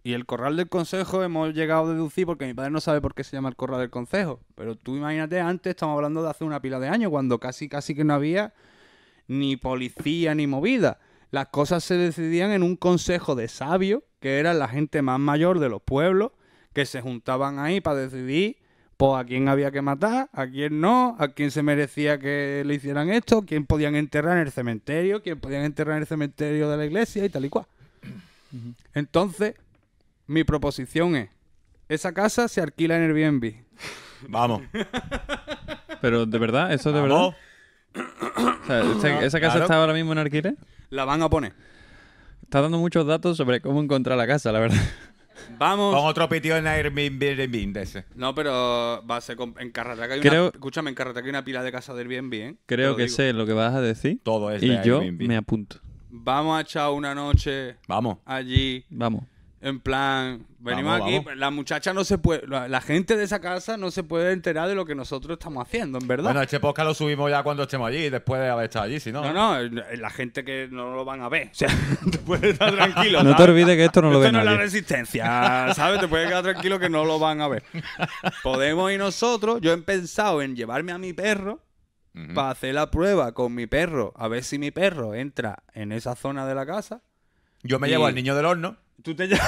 Speaker 2: Y el corral del consejo hemos llegado a deducir porque mi padre no sabe por qué se llama el corral del consejo. Pero tú imagínate, antes estamos hablando de hace una pila de años, cuando casi casi que no había ni policía ni movida. Las cosas se decidían en un consejo de sabios, que era la gente más mayor de los pueblos, que se juntaban ahí para decidir pues, a quién había que matar, a quién no, a quién se merecía que le hicieran esto, quién podían enterrar en el cementerio, quién podían enterrar en el cementerio de la iglesia y tal y cual. Entonces, mi proposición es, esa casa se alquila en Airbnb.
Speaker 1: Vamos.
Speaker 6: Pero de verdad, eso de
Speaker 1: Vamos.
Speaker 6: verdad. O sea, ¿esa, esa casa
Speaker 1: Claro.
Speaker 6: está ahora mismo en alquiler.
Speaker 2: La van a poner.
Speaker 6: Está dando muchos datos sobre cómo encontrar la casa, la verdad.
Speaker 2: Vamos.
Speaker 1: Pon otro pitido en Airbnb de ese.
Speaker 2: No, pero va a ser com- en Carratraca hay
Speaker 6: Creo-
Speaker 2: una... Escúchame, en Carratraca hay una pila de casa de Airbnb, ¿eh? Te
Speaker 6: Creo
Speaker 2: lo
Speaker 6: que
Speaker 2: digo.
Speaker 6: sé lo que vas a decir.
Speaker 1: Todo es
Speaker 6: Y
Speaker 1: de
Speaker 6: yo
Speaker 1: Airbnb.
Speaker 6: me apunto.
Speaker 2: Vamos a echar una noche
Speaker 1: Vamos.
Speaker 2: allí,
Speaker 6: Vamos.
Speaker 2: en plan... Venimos
Speaker 1: Vamos,
Speaker 2: aquí,
Speaker 1: vamos.
Speaker 2: la muchacha no se puede... La, la gente de esa casa no se puede enterar de lo que nosotros estamos haciendo, en verdad.
Speaker 1: Bueno, este podcast lo subimos ya cuando estemos allí, después de haber estado allí, si no.
Speaker 2: no, no, eh, la gente que no lo van a ver. O sea, te puedes estar tranquilo.
Speaker 6: No te
Speaker 2: ¿sabes?
Speaker 6: olvides que esto no lo ve
Speaker 2: Esto no es la
Speaker 6: nadie.
Speaker 2: resistencia, ¿sabes? Te puedes quedar tranquilo que no lo van a ver. Podemos ir nosotros. Yo he pensado en llevarme a mi perro
Speaker 1: Ujú.
Speaker 2: para hacer la prueba con mi perro, a ver si mi perro entra en esa zona de la casa.
Speaker 1: Yo me
Speaker 2: Y-
Speaker 1: llevo al niño del horno,
Speaker 2: Tú te, lle-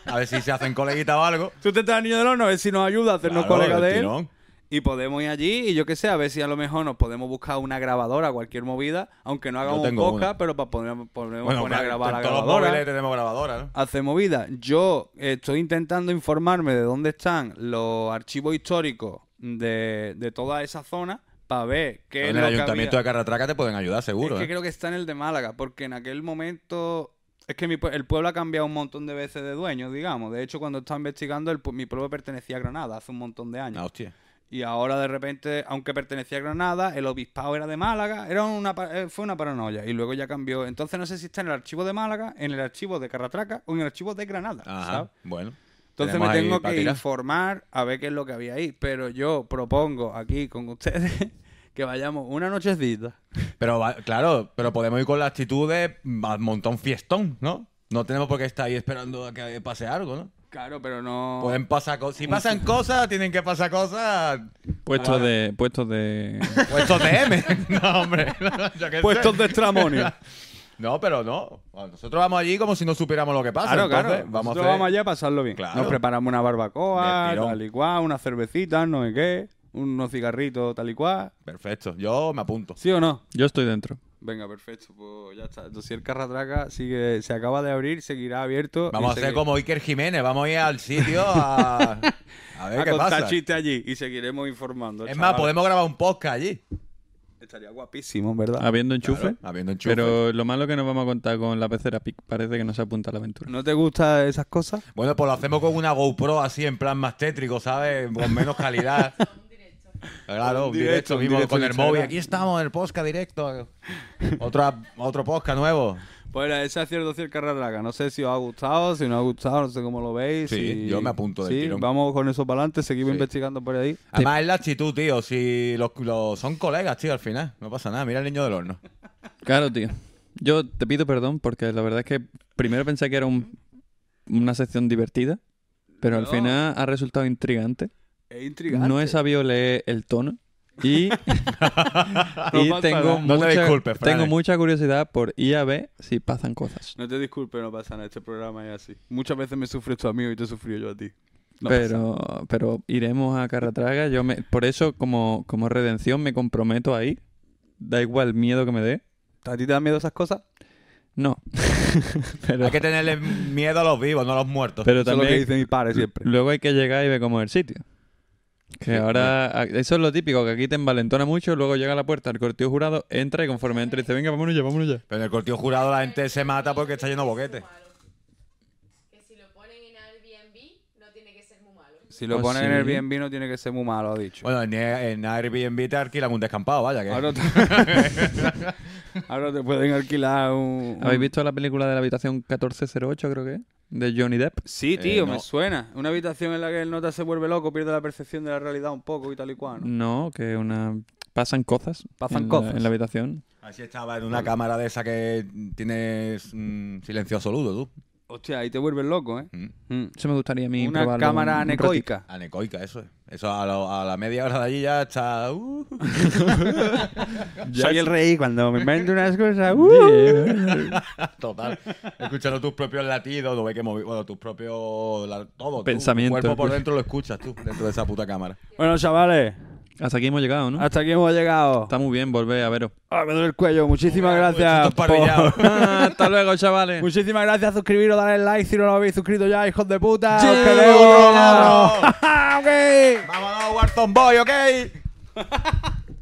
Speaker 1: a ver si se hacen coleguita o algo.
Speaker 2: tú te traes al niño del horno a ver si nos ayuda a hacernos
Speaker 1: Claro,
Speaker 2: colegas
Speaker 1: del
Speaker 2: de él.
Speaker 1: tirón.
Speaker 2: Y podemos ir allí y yo qué sé, a ver si a lo mejor nos podemos buscar una grabadora, cualquier movida, aunque no hagamos
Speaker 1: tengo
Speaker 2: podcast,
Speaker 1: una.
Speaker 2: pero para poner, podemos
Speaker 1: Bueno,
Speaker 2: poner a grabar la
Speaker 1: en todos los
Speaker 2: grabadora.
Speaker 1: móviles tenemos grabadora, ¿no?
Speaker 2: hace movida. Yo estoy intentando informarme de dónde están los archivos históricos de, de toda esa zona para ver qué es
Speaker 1: En
Speaker 2: lo
Speaker 1: el
Speaker 2: que
Speaker 1: ayuntamiento
Speaker 2: había.
Speaker 1: de Carratraca te pueden ayudar, seguro.
Speaker 2: Es que
Speaker 1: ¿eh?
Speaker 2: creo que está en el de Málaga, porque en aquel momento... Es que mi pue- el pueblo ha cambiado un montón de veces de dueño, digamos. De hecho, cuando estaba investigando, el pue- mi pueblo pertenecía a Granada hace un montón de años.
Speaker 1: Ah, hostia.
Speaker 2: Y ahora de repente, aunque pertenecía a Granada, el obispado era de Málaga, era una pa- eh, fue una paranoia y luego ya cambió. Entonces no sé si está en el archivo de Málaga, en el archivo de Carratraca o en el archivo de Granada,
Speaker 1: Ajá.
Speaker 2: ¿sabes?
Speaker 1: Bueno.
Speaker 2: Entonces
Speaker 1: tenemos
Speaker 2: me
Speaker 1: ahí
Speaker 2: tengo
Speaker 1: pa'
Speaker 2: que
Speaker 1: tirar.
Speaker 2: informar a ver qué es lo que había ahí, pero yo propongo aquí con ustedes que vayamos una nochecita.
Speaker 1: Pero va- claro, pero podemos ir con la actitud de mm, a montar un fiestón, ¿no? No tenemos por qué estar ahí esperando a que pase algo, ¿no?
Speaker 2: Claro, pero no.
Speaker 1: Pueden pasar cosas. Si pasan cosas, tienen que pasar cosas.
Speaker 6: Puestos
Speaker 1: Ah.
Speaker 6: de. Puestos de.
Speaker 1: Puestos de M. No, hombre. yo qué sé.
Speaker 2: Puestos de estramonio.
Speaker 1: No, pero no. Nosotros vamos allí como si no supiéramos lo que pasa.
Speaker 2: claro,
Speaker 1: entonces,
Speaker 2: claro.
Speaker 1: Vamos
Speaker 2: Nosotros
Speaker 1: a hacer...
Speaker 2: vamos allá a pasarlo bien.
Speaker 1: Claro.
Speaker 2: Nos preparamos una barbacoa,
Speaker 1: Del tirón.
Speaker 2: tal y cual, unas cervecitas, no sé qué, unos cigarritos, tal y cual.
Speaker 1: Perfecto. Yo me apunto.
Speaker 2: ¿Sí o no?
Speaker 6: Yo estoy dentro.
Speaker 2: Venga, perfecto, pues ya está. Entonces el Carratraca sigue, se acaba de abrir, seguirá abierto. y
Speaker 1: Vamos a hacer
Speaker 2: segui-
Speaker 1: como Iker Jiménez. Vamos a ir al sitio a, a ver
Speaker 2: a
Speaker 1: eh, qué
Speaker 2: contar
Speaker 1: pasa.
Speaker 2: chistes allí y seguiremos informando.
Speaker 1: Es más,
Speaker 2: chavales.
Speaker 1: podemos grabar un podcast allí.
Speaker 2: Estaría guapísimo, en verdad.
Speaker 6: Habiendo enchufe.
Speaker 1: Claro, habiendo enchufe.
Speaker 6: Pero lo malo que nos vamos a contar con la pecera pic parece que no se apunta a la aventura.
Speaker 2: ¿No te gustan esas cosas?
Speaker 1: Bueno, pues lo hacemos con una GoPro así, en plan más tétrico, ¿sabes? Con menos calidad. Claro,
Speaker 2: Un
Speaker 1: un directo,
Speaker 2: directo, un
Speaker 1: mismo
Speaker 2: directo
Speaker 1: con
Speaker 2: de
Speaker 1: el móvil.
Speaker 2: Instagram.
Speaker 1: Aquí estamos, en el podcast directo. Otra, otro podcast nuevo.
Speaker 2: Pues era ese acierto el Carratraca. No sé si os ha gustado, si no os ha gustado, no sé cómo lo veis.
Speaker 1: Sí,
Speaker 2: si-
Speaker 1: yo me apunto del
Speaker 2: Sí,
Speaker 1: tirón.
Speaker 2: vamos con eso para adelante, seguimos
Speaker 1: Sí.
Speaker 2: investigando por ahí.
Speaker 1: Además, es la actitud, tío. Si los, los- son colegas, tío, al final. No pasa nada. Mira el niño del horno.
Speaker 6: Claro, tío. Yo te pido perdón porque la verdad es que primero pensé que era un- una sección divertida, pero al
Speaker 2: No.
Speaker 6: final ha resultado intrigante.
Speaker 2: Es intrigante.
Speaker 6: No he sabido leer el tono y, y
Speaker 2: pasa
Speaker 6: tengo,
Speaker 2: nada.
Speaker 1: No te
Speaker 6: mucha,
Speaker 1: disculpes, Fran.
Speaker 6: tengo mucha curiosidad por ir a ver si pasan cosas.
Speaker 2: No te disculpes, no pasa nada, este programa es así. Muchas veces me sufres tú a mí y te sufrí yo a ti. No pasa nada.
Speaker 6: pero, pero iremos a Carratraga. Yo me, por eso, como, como redención, me comprometo a ir. Da igual el miedo que me dé.
Speaker 2: ¿A ti te dan miedo esas cosas?
Speaker 6: No. pero,
Speaker 1: Hay que tenerle miedo a los vivos, no a los muertos.
Speaker 6: pero
Speaker 2: Eso es lo que
Speaker 6: también
Speaker 2: dice mi padre siempre.
Speaker 6: Luego hay que llegar y ver cómo es el sitio. Que ahora, a- eso es lo típico, que aquí te envalentona mucho, luego llega a la puerta el cortillo jurado, entra y conforme entra dice, venga, vámonos ya, vámonos ya.
Speaker 1: Pero en el cortillo jurado la gente se mata porque está lleno de boquetes.
Speaker 8: Que si lo ponen en Airbnb, no tiene que ser muy malo.
Speaker 2: Si lo
Speaker 6: Oh,
Speaker 2: pones en
Speaker 6: sí.
Speaker 2: el Airbnb no tiene que ser muy malo, ha dicho.
Speaker 1: Bueno, en, en Airbnb te alquilan un descampado, vaya. Que...
Speaker 2: Ahora te... Ahora te pueden alquilar un...
Speaker 6: ¿Habéis visto la película de la habitación 1408, creo que es? De Johnny Depp.
Speaker 2: Sí,
Speaker 1: Eh,
Speaker 2: tío, me
Speaker 1: no.
Speaker 2: suena. Una habitación en la que el nota se vuelve loco, pierde la percepción de la realidad un poco y tal y cual. ¿no?
Speaker 6: No, que una... Pasan cosas.
Speaker 2: Pasan
Speaker 6: en la-
Speaker 2: cosas.
Speaker 6: en la habitación.
Speaker 1: Así estaba en una cámara de esa que tienes mm, silencio absoluto, tú.
Speaker 2: Hostia, ahí te vuelves loco, ¿eh?
Speaker 1: Mm.
Speaker 2: Mm.
Speaker 6: Eso me gustaría a mí
Speaker 2: Una
Speaker 6: probarlo
Speaker 2: cámara
Speaker 6: un- un ratito.
Speaker 2: anecoica.
Speaker 1: Anecoica, eso es. Eso a, lo- a la media hora de allí ya está. uh.
Speaker 2: Soy el rey cuando me invento unas cosas. ¡uh!
Speaker 1: total. Escuchando tus propios latidos, no ves que movi- Bueno, tus propios. la- todo. tú,
Speaker 6: Pensamiento,
Speaker 1: Tu cuerpo por
Speaker 6: escucha.
Speaker 1: dentro lo escuchas tú, dentro de esa puta cámara.
Speaker 2: Bueno, chavales,
Speaker 6: Hasta aquí hemos llegado, ¿no?
Speaker 2: hasta aquí hemos llegado.
Speaker 6: Está muy bien, volver a veros.
Speaker 2: Ah, me duele el cuello. Muchísimas gracias.
Speaker 1: Estos parrillados.
Speaker 2: por-
Speaker 6: Ah, Hasta luego, chavales.
Speaker 2: Muchísimas gracias. Suscribiros, darle like si no lo habéis suscrito ya, hijos de puta. ¡Os
Speaker 6: Yeah,
Speaker 2: queremos.
Speaker 1: bro, bro, bro.
Speaker 2: Ok.
Speaker 1: ¡Vámonos, Warzone Boy, ok!